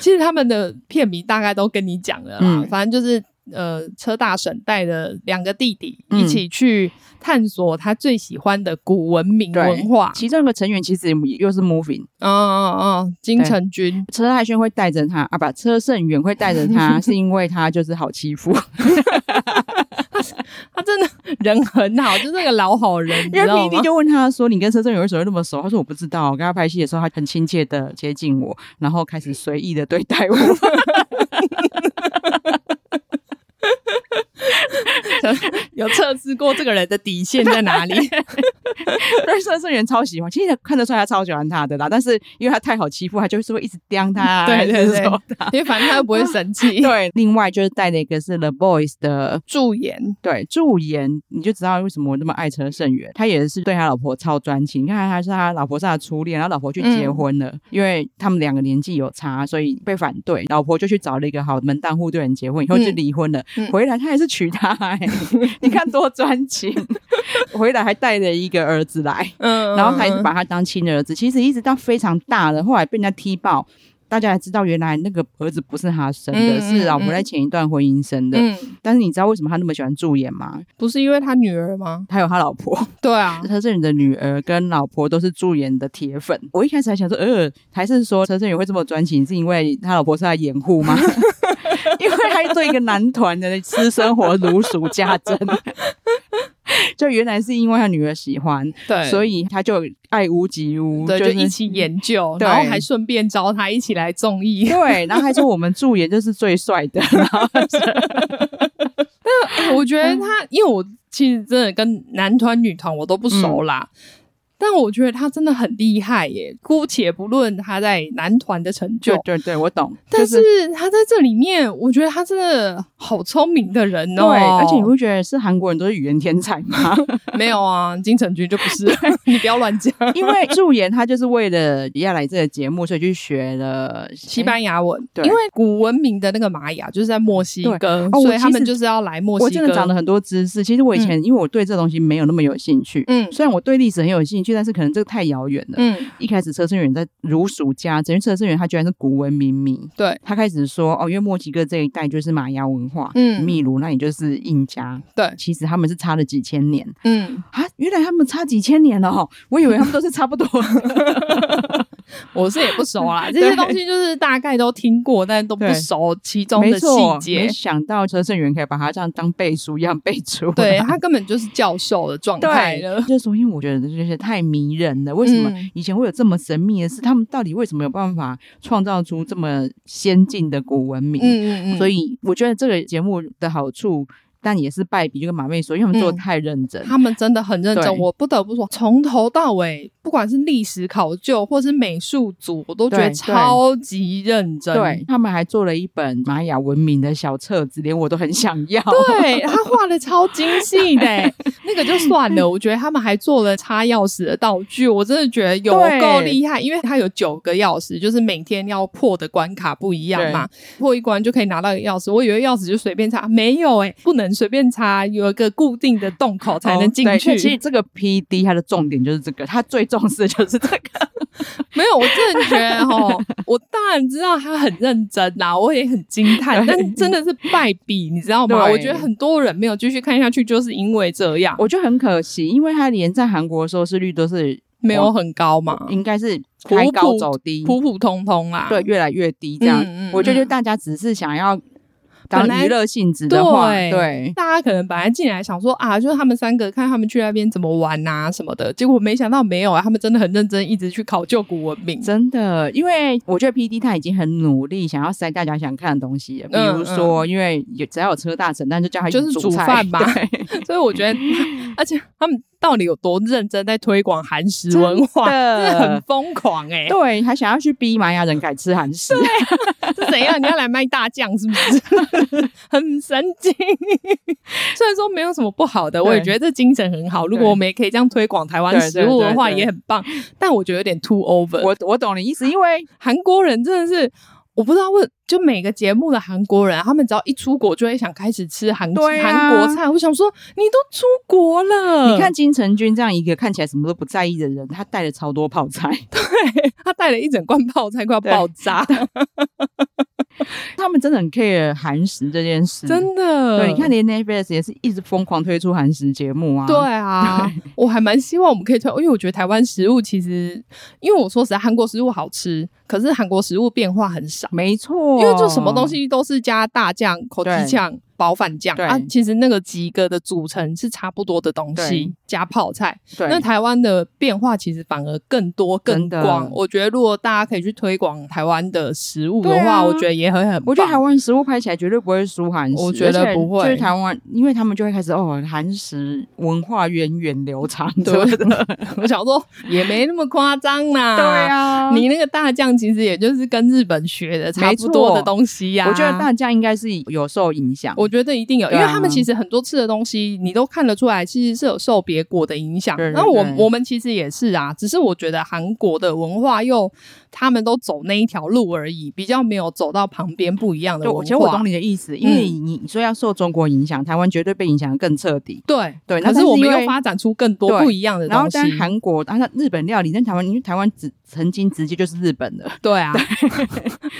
其实他们的片名大概都跟你讲了啦，
嗯
反正就是呃，车大婶带着两个弟弟
嗯
一起去探索他最喜欢的古文明
对
文化。
*laughs* 其中一个成员其实又是 Moving，
嗯嗯嗯，金城君，
车太轩会带着他啊，不，车胜元会带着 *laughs* 他，是因为他就是好欺负，
他真的人很好，就是个老好 *laughs* 人，你
因
知
为
道
P D
吗？
就问他说：“你跟车胜元为什么会那么熟？”他说：“我不知道，我跟他拍戏的时候，他很亲切的接近我，然后开始随意的对待我。” *laughs*
*laughs* 有测试过这个人的底线在哪里？
对，社社员超喜欢，其实看得出来他超喜欢他的啦。但是因为他太好欺负，他就是会一直刁他
嗯
啊，
对对
还是
对
说他
*laughs* 因为反正他又不会生 *laughs* 气。
*laughs* 对，另外就是带了一个是 The Boys 的
驻颜，
对驻颜，你就知道为什么我那么爱车胜元。他也是对他老婆超专情，你看他是他老婆是他的初恋，然后老婆去
嗯
结婚了，因为他们两个年纪有差，所以被反对，老婆就去找了一个好门当户对人结婚，以后就
嗯
离婚了。
嗯
回来他还是娶她、欸，你看多专情， *laughs* 回来还带了一个儿子来。
嗯
然后他一直把他当亲儿子，其实一直到非常大了，后来被人家踢爆，大家才知道原来那个儿子不是他生的，
嗯嗯
是老婆在前一段婚姻生的。
嗯，
但是你知道为什么他那么喜欢驻颜吗？
不是因为他女儿吗？
他有他老婆，
对啊，
*laughs* 车胜元的女儿跟老婆都是驻颜的铁粉。我一开始还想说，呃，还是说车胜元会这么专情，是因为他老婆是他的掩护 *laughs* 吗？因为他对一个男团的私生活如数家珍， *laughs* 就原来是因为他女儿喜欢，
对，
所以他就爱屋及乌，
对，
哎就
就是一起研究，
对
然后还顺便招他一起来综艺。 *laughs*
对，然后还说我们助演就是最帅 *laughs* 的，然后
哎我觉得
嗯
他，因为我其实真的跟男团、女团我都不熟
嗯
啦。但我觉得他真的很厉害耶，姑且不论他在男团的成就
对，对对，我懂，
但
就是
他在这里面，我觉得他真的好聪明的人
对，
哦。
而且你会觉得是韩国人都是语言天才吗？
没有啊，金城君就不是，你不要乱讲
因为助演他就是为了要来这个节目，所以去学了
西班牙文，
对
因为古文明的那个玛雅就是在墨西哥，
哦我
所以他
其实
们就是要来墨
我
西
真
哥。
的长了很多知识。其实我以前、因为我对这东西没有那么有兴趣，
嗯
虽然我对历史很有兴趣，但是可能这个太遥远了。
嗯，
一开始车胜元在如数家珍，因为车胜元他居然是古文明迷，
对
他开始说哦，因为墨西哥这一带就是玛雅文化，
嗯
秘鲁那也就是印加，
对，
其实他们是差了几千年。
嗯， *laughs*
啊，原来他们差几千年了哦，我以为他们都是差不多。
我是也不熟啦，这些东西就是大概都听过，但都不熟其中
没
的细
错，没
节。
想到陈胜元可以把它这样当背书一样背出来。
对他根本就是教授的状态了
对，。就是说，因为我觉得这些太迷人了。为什么
嗯
以前会有这么神秘的事？他们到底为什么有办法创造出这么先进的古文明？
嗯嗯嗯，
所以我觉得这个节目的好处，但也是败笔，就跟马妹说，因为他们做的
嗯
太认真。
他们真的很认真，
对
我不得不说，从头到尾，不管是历史考究或是美术组，我都觉得
对对
超级认真。
对他们还做了一本玛雅文明的小册子，连我都很想要。
对他画的超精细的欸、那个就算了。我觉得他们还做了插钥匙的道具，我真的觉得有
对
够厉害，因为他有九个钥匙，就是每天要破的关卡不一样嘛，破一关就可以拿到一个钥匙。我以为钥匙就随便插，没有哎、不能随便插，有一个固定的洞口才能进
哦对
去。
其实这个 P D 它的重点就是这个，他最重视的就是这个。
没有，我真的觉得哦，我当然知道他很认真啦，我也很
*laughs*
惊叹，
对
但真的是败笔，你知道吗？
对
我觉得很多人没有继续看下去，就是因为这样，
我觉得很可惜，因为他连在韩国的收视率都是
没有很高嘛，
应该是
普
开高
普
走低，
普普通通啦。
对，越来越低这样。
嗯嗯
我觉
嗯
得大家只是想要
本
当
来
娱乐性质的话，
对
对
大家可能本来进来想说啊，就是他们三个看他们去那边怎么玩啊什么的，结果没想到没有啊，他们真的很认真，一直去考究古文明。
真的，因为我觉得 P D 他已经很努力，想要塞大家想看的东西了，比
嗯
如说，因为有只要有车大神，但就叫他
就是
煮
煮
菜
饭嘛
*laughs* 对
所以我觉 *laughs* 得，而且他们到底有多认真在推广韩食文化，
真
真
的
的很疯狂哎、
对，还想要去逼玛雅人改吃韩食，
是怎样？你要来卖大酱是不是？ *laughs* 很神经。虽然说没有什么不好的，我也
对
觉得这精神很好。如果
对
我们也可以这样推广台湾
对
食物的话，
对对对
也很棒。但我觉得有点 too over。
我我懂你意思，因为
韩国人真的是。我不知道为就每个节目的韩国人，他们只要一出国就会想开始吃韩
对
韩、
啊
国菜。我想说，你都出国了，
你看金城君这样一个看起来什么都不在意的人，他带了超多泡菜，
他带了一整罐泡菜，快要爆炸，
*laughs* 他们真的很 care 韩食这件事，
真的。
对，你看连 Netflix 也是一直疯狂推出韩食节目啊，
对啊，我还蛮希望我们可以推，因为我觉得台湾食物其实，因为我说实在，韩国食物好吃，可是韩国食物变化很少，
没错，
因为就什么东西都是加大酱、口蹄酱、薄饭酱
对
啊，其实那个几个的组成是差不多的东西
对，
加泡菜。
对，
那台湾的变化其实反而更多更
真的
广，我觉得如果大家可以去推广台湾的食物的
对
话，
啊
我觉得也很很棒。
我觉得台湾食物拍起来绝对不会输韩食，
我觉得
而且
不会
就是台湾，因为他们就会开始哦，韩食文化源远流长，
对 *laughs*
对的，
我想说也没那么夸张啦，
对啊，
你那个大酱其实也就是跟日本学的差
没
不
错
多的东西呀、
我觉得大家应该是有受影响，
我觉得一定有，因
对啊
为他们其实很多吃的东西，你都看得出来，其实是有受别国的影响。
对对
那我
对
我们其实也是啊，只是我觉得韩国的文化又他们都走那一条路而已，比较没有走到旁边不一样的
就
文
我
化。
其实我懂你的意思，因
嗯
为你你说要受中国影响，台湾绝对被影响得更彻底。
对
对那
可
但
是
是
我们
因为
又发展出更多
对
不一样的
然后
东，西。
但韩国，啊，那日本料理，但台湾，因为台湾只曾经直接就是日本的，
对
*laughs*
啊，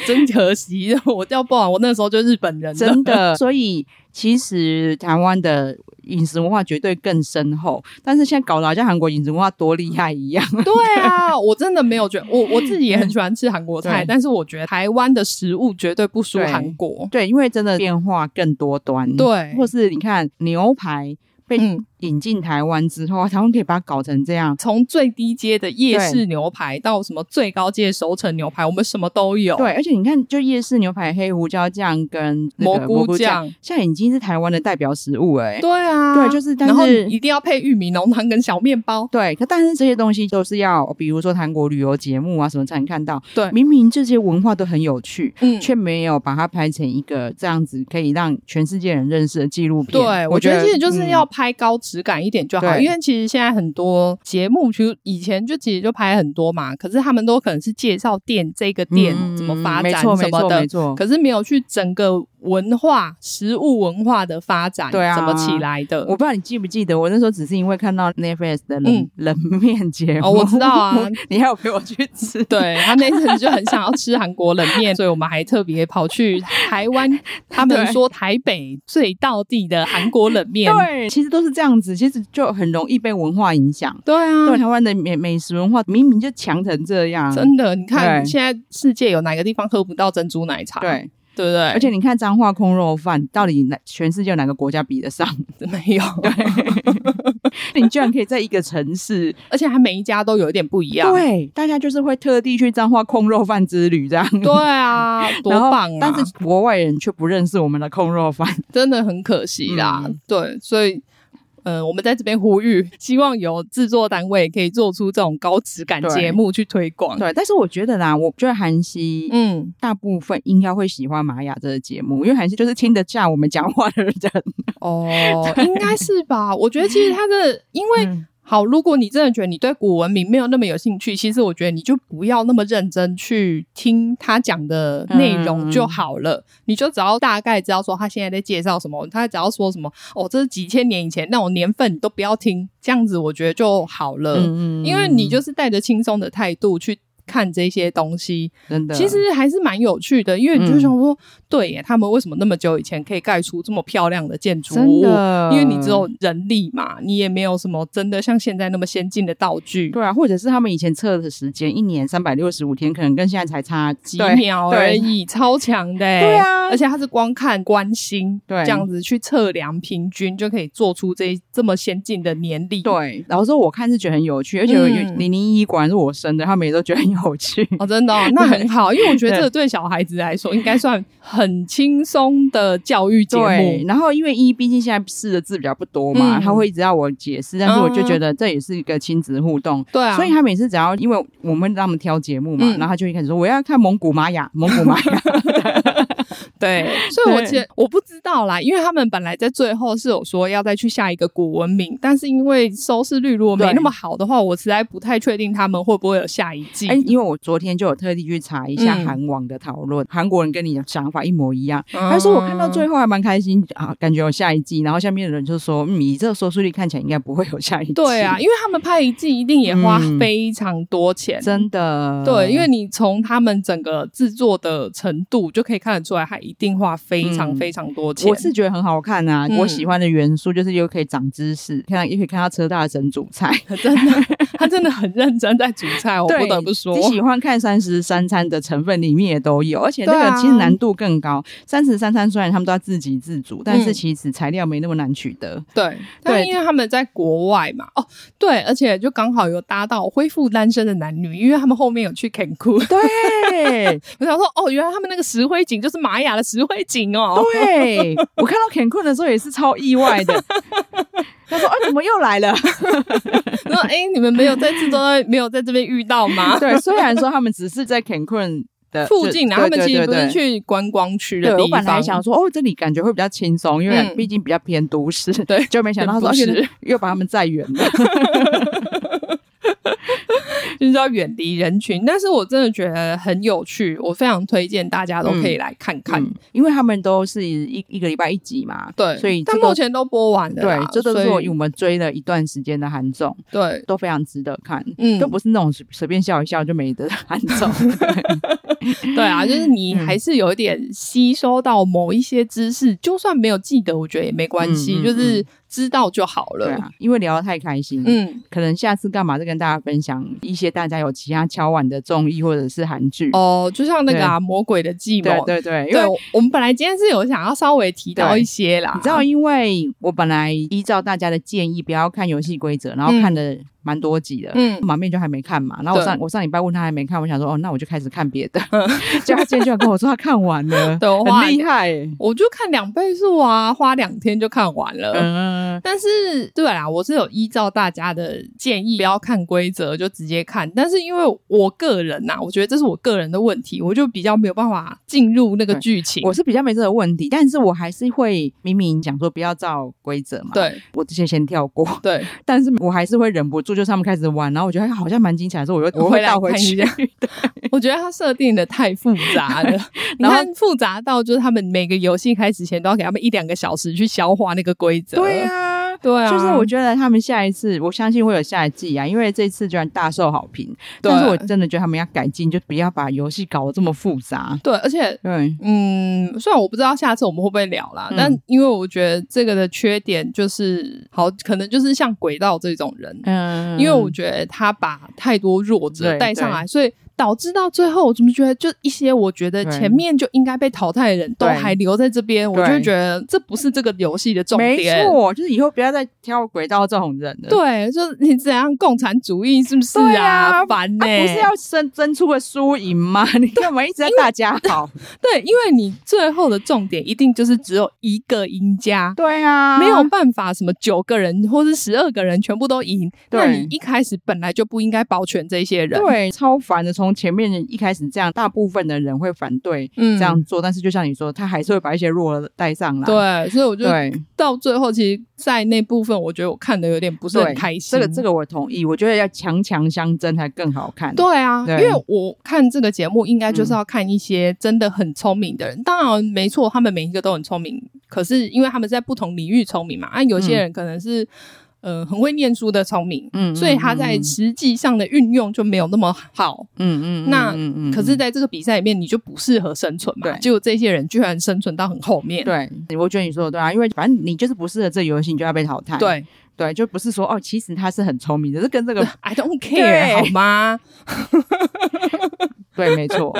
真可惜，我要不然我那时候就日本人了
*laughs* 真的。所以其实台湾的饮食文化绝对更深厚，但是现在搞得好像韩国饮食文化多厉害一样。 *laughs*
对啊，我真的没有觉得，我我自己也很喜欢吃韩国菜，
对
但是我觉得台湾的食物绝对不输
对
韩国。
对，因为真的变化更多端。，
对，
或是你看牛排被
嗯，
引进台湾之后，台湾可以把它搞成这样。
从最低阶的夜
对
市牛排到什么最高阶的熟成牛排，我们什么都有。
对，而且你看，就夜市牛排黑胡椒酱跟那个
蘑菇
蘑菇
酱，
现在已经是台湾的代表食物哎、
对啊，
对就是但
然后
是
你一定要配玉米浓汤跟小面包。
对，可但是这些东西都是要，比如说韩国旅游节目啊什么才能看到。
对
明明这些文化都很有趣，
嗯，
却没有把它拍成一个这样子可以让全世界人认识的纪录片。
对，我觉得其实就是
嗯
要拍高质感一点就好，
对
因为其实现在很多节目，其实以前就其实就拍很多嘛，可是他们都可能是介绍店这个店
嗯
怎么发
没
展
错
什么
没错
的
没，错
可是没有去整个文化、食物文化的发展
对啊
怎么起来的。
我不知道你记不记得，我那时候只是因为看到 Netflix 的冷、
嗯
冷面节目，
哦我知道啊，
*laughs* 你还有陪我去吃，
对他那阵就很想要吃韩国冷面，所以我们还特别跑去台湾，他们
对
说台北最道地的韩国冷面。
对，其实都是这样子，其实就很容易被文化影响。
对啊，
对台湾的美美食文化明明就强成这样，
真的，你看
对
现在世界有哪个地方喝不到珍珠奶茶？
对，
对不对？
而且你看彰化空肉饭，到底哪全世界有哪个国家比得上？ *laughs*
没有，
你居然可以在一个城市，
而且它每一家都有一点不一样。
对，啊大家就是会特地去彰化空肉饭之旅这样。
对啊，多
然后
棒啊！
但是国外人却不认识我们的空肉饭， *laughs*
真的很可惜啦。
嗯
对，所以。呃，我们在这边呼吁，希望有制作单位可以做出这种高质感
对
节目去推广。
对。但是我觉得啦，我觉得韩熙
嗯，
大部分应该会喜欢玛雅这个节目，因为韩熙就是听得下我们讲话的人。 *laughs*
哦，应该是吧？我觉得其实它的，因为、
嗯
好，如果你真的觉得你对古文明没有那么有兴趣，其实我觉得你就不要那么认真去听他讲的内
嗯
容就好了。你就只要大概知道说他现在在介绍什么，他只要说什么哦，这是几千年以前那种年份，你都不要听，这样子我觉得就好了。
嗯
呃因为你就是带着轻松的态度去看这些东西，
真的，嗯
其实还是蛮有趣的。因为你就想说，对耶，他们为什么那么久以前可以盖出这么漂亮的建筑
真
物？
的，
因为你只有人力嘛，你也没有什么真的像现在那么先进的道具，
对啊，或者是他们以前测的时间，一年三百六十五天，可能跟现在才差
几
几秒。
秒而已，超强的、欸
对啊
而且它是光看关心，
对
这样子去测量平均就可以做出这这么先进的年历。
对，老实说，我看是觉得很有趣，而且有
嗯
零零一果然是我生的，他们也都觉得很有
*laughs*
趣。
哦，真的、
*laughs*
哦，那很好，因为我觉得
对
这个对小孩子来说应该算很轻松的教育节
对，
目。
然后因为一毕竟现在试的字比较不多嘛，
嗯
他会一直要我解释，但是我就
嗯
觉得这也是一个亲子互动。
对啊，
所以他每次只要因为我们让他们挑节目嘛，
嗯
然后他就一开始说我要看蒙古玛雅，蒙古玛
*laughs*
雅，
对， *laughs* 所以我
对
觉得我不知道啦，因为他们本来在最后是有说要再去下一个古文明，但是因为收视率如果没
对
那么好的话，我实在不太确定他们会不会有下一季。
哎、因为我昨天就有特地去查一下
嗯
韩网的讨论，韩、国人跟你的想法一模一样。
嗯
他说我看到最后还蛮开心啊，感觉有下一季。然后下面的人就说，嗯，以这个收视率看起来应该不会有下一季。
对啊，因为他们拍一季一定也花
嗯
非常多钱，
真的，
对，因为你从他们整个制作的程度就可以看得出来，他一定花非常
嗯
非常多钱。
我是觉得很好看啊，
嗯
我喜欢的元素就是又可以长知识，看到也可以看到车大神煮菜。
真的，他真的很认真在煮菜， *laughs* 我
对
不得不说
你。喜欢看三十三餐的成分里面也都有，而且那
对
个
啊
其实难度更高。三十三餐虽然他们都要自给自足，但
嗯
是其实材料没那么难取
*laughs*
得。
对，但
对
因为他们在国外嘛，哦，对，而且就刚好有搭到恢复单身的男女，因为他们后面有去 Cancun，
对
我想说，哦，原来他们那个石灰井就是玛雅的石灰井哦，
对， *laughs* 我看到 Cancun 的时候也是超意外
*laughs*
的。他说：“啊，怎么又来了？”
然后哎，你们没有在这都在没有在这边遇到 *laughs* 吗？
*laughs* 对，虽然说他们只是在 Cancun 的
附近啊，
就
他们其实
对对
不是
对
去观光区的
对，我
地
本来
方，
想说，哦，这里感觉会比较轻松，因为
嗯
毕竟比较偏都市，
对
就没想到他说，而
偏都市
且又把他们载远了。
就是要远离人群。但是我真的觉得很有趣，我非常推荐大家都可以来看看。
嗯 *laughs* 因为他们都是一一个礼拜一集嘛，
对，
所以
但
这
目
个
前都播完了啦
对，，这都是
所
我
以
我们追了一段时间的韩综，
对，
都非常值得看。
嗯
都不是那种随随便笑一笑就没得的韩
*laughs*
综，
对
*laughs*
啊，就是你
嗯
还是有一点吸收到某一些知识，就算没有记得，我觉得也没关系，
嗯嗯
就是知道就好
对
了。
啊，因为聊得太开心，
嗯，
可能下次干嘛再跟大家分享一些大家有其他敲碗的综艺或者是韩剧。
哦，就像那个、啊《魔鬼的计谋
对》对对，因为
对，我我们本来今天是有想要稍微提到
对
一些啦，啊
你知道，因为我本来依照大家的建议，不要看游戏规则，然后看的蛮多集的，
嗯
嗯，马面就还没看嘛。然后我
对
上我上礼拜问他还没看，我想说哦，那我就开始看
*laughs*
别的。结果他今天居然跟我说哦他看完了，
对我花
很厉害、欸。
我就看两倍速啊，花两天就看完了。
嗯，
但是，对啦，我是有依照大家的建议，不要看规则就直接看。但是因为我个人呐、我觉得这是我个人的问题，我就比较没有办法进入那个
对
剧情。
我是比较没这个问题，但是我还是会明明讲说不要照规则嘛，，
对
我之前先跳过， *laughs*
对
但是我还是会忍不住就是他们开始玩，然后我觉得哎好像蛮精彩的，所以我又
我会
会
来
倒回
看一
去
下。 *laughs* 我觉得它设定的太复杂
*laughs*
了，你
然后
看复杂到就是他们每个游戏开始前都要给他们一两个小时去消化那个规则。
对呀、
对啊，
就是我觉得他们下一次，我相信会有下一季啊，因为这次居然大受好评。
对
但是我真的觉得他们要改进，就不要把游戏搞得这么复杂。
对，而且
对，
嗯，虽然我不知道下次我们会不会聊啦，
嗯
但因为我觉得这个的缺点就是，好，可能就是像轨道这种人，
嗯
因为我觉得他把太多弱者
对
带上来，所以导致到最后，我怎么觉得就一些我觉得
对
前面就应该被淘汰的人都
对
还留在这边，我就
对
会觉得这不是这个游戏的重
没
点。
错，就是以后不要再挑轨道这种人了。
对，就是你怎样共产主义是不是
对啊
烦呢、
啊，不是要争争出个输赢吗？ *laughs* 你干嘛一直在大家好？
对，因为你最后的重点一定就是只有一个赢家。
对啊，
*laughs* 没有办法，什么九个人或是十二个人全部都赢，
对
那你一开始本来就不应该保全这些人。
对，超烦的。从前面一开始这样，大部分的人会反对
嗯
这样啊做，但是就像你说，他还是会把一些弱的带上来。
对，所以我就
对，
到最后，其实，在那部分，我觉得我看的有点不是很
对，
开心。
这个这
个，
个我同意，我觉得要强强相争才更好
嗯
看。
对啊，
对嗯
因为我看这个节目，应该就是要看一些真的很聪明的人。当然，没错，他们每一个都很聪明，可是因为他们在不同领域聪明嘛，啊，有些人可能是、呃很会念书的聪明，
嗯嗯，嗯
所以他在实际上的运用就没有那么好。
嗯嗯嗯，
那
嗯嗯嗯
可是，在这个比赛里面，你就不适合生存嘛。
对
结果这些人居然生存到很后面。
嗯对，我觉得你说的对啊，因为反正你就是不适合这游戏，你就要被淘汰。
对
对，就不是说哦，其实他是很聪明的，是跟这个
，I don't
对
care 好吗？
*laughs* 对，
*laughs*
没错。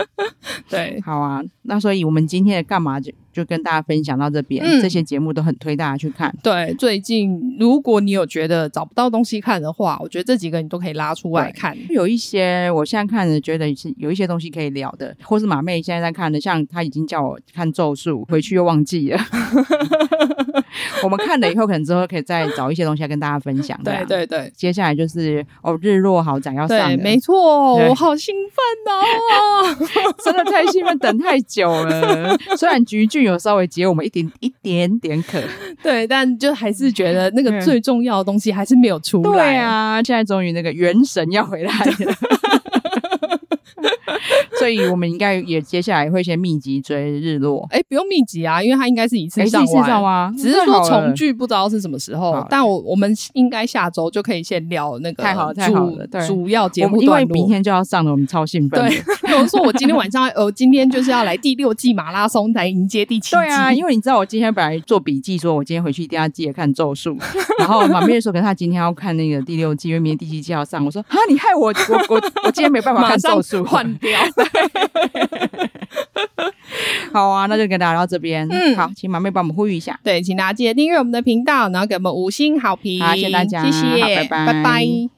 对，
好啊，那所以我们今天的干嘛就就跟大家分享到这边，
嗯
这些节目都很推大家去看。
对，最近如果你有觉得找不到东西看的话，我觉得这几个你都可以拉出来看。
有一些我现在看的，觉得是有一些东西可以聊的，或是马妹现在在看的，像她已经叫我看《咒术》，回去又忘记了。 *laughs* 我们看了以后，可能之后可以再找一些东西来跟大家分享。这
对
样，
对对
接下来就是哦，日落豪宅啊要上
对，
了，
没错，
对
我好兴奋
*laughs*
哦！
真的太兴奋，等太久
*laughs*
了。虽然菊剧有稍微解我们一点一点点渴，
对，但就还是觉得那个
嗯
最重要的东西还是没有出来。
对啊，现在终于那个元神要回来
*laughs*
了。所以，我们应该也接下来会先密集追日落。
哎，不用密集啊，因为它应该是一次
诶
上
哎是是
完。
上吗？
只是
太
说
好了
重聚不知道是什么时
好
候
了，
但我我们应该下周就可以先聊那个
太好了太好
主
了对
主要节
我
目
们因为
段
明
落。
天就要上了，我们超兴奋的。
对，因 *laughs* 为我说我今天晚上，呃，今天就是要来第六季马拉松来迎接第七季。
*laughs* 对 *laughs* 啊，因为你知道我今天本来做笔记，说我今天回去一定要记得看《咒术》，然后马妹说，可是她今天要看那个第六季，因为明天第七季要上。我说哈，你害我，我我我今天没办法
马
看《
上
咒术》。
换掉。
*laughs* 好啊，那就跟大家聊到这边。
嗯
好，请马妹帮我们呼吁一下。
对，请大家记得订阅我们的频道，然后给我们五星好评，
好谢谢大家
谢谢，
好拜拜
拜拜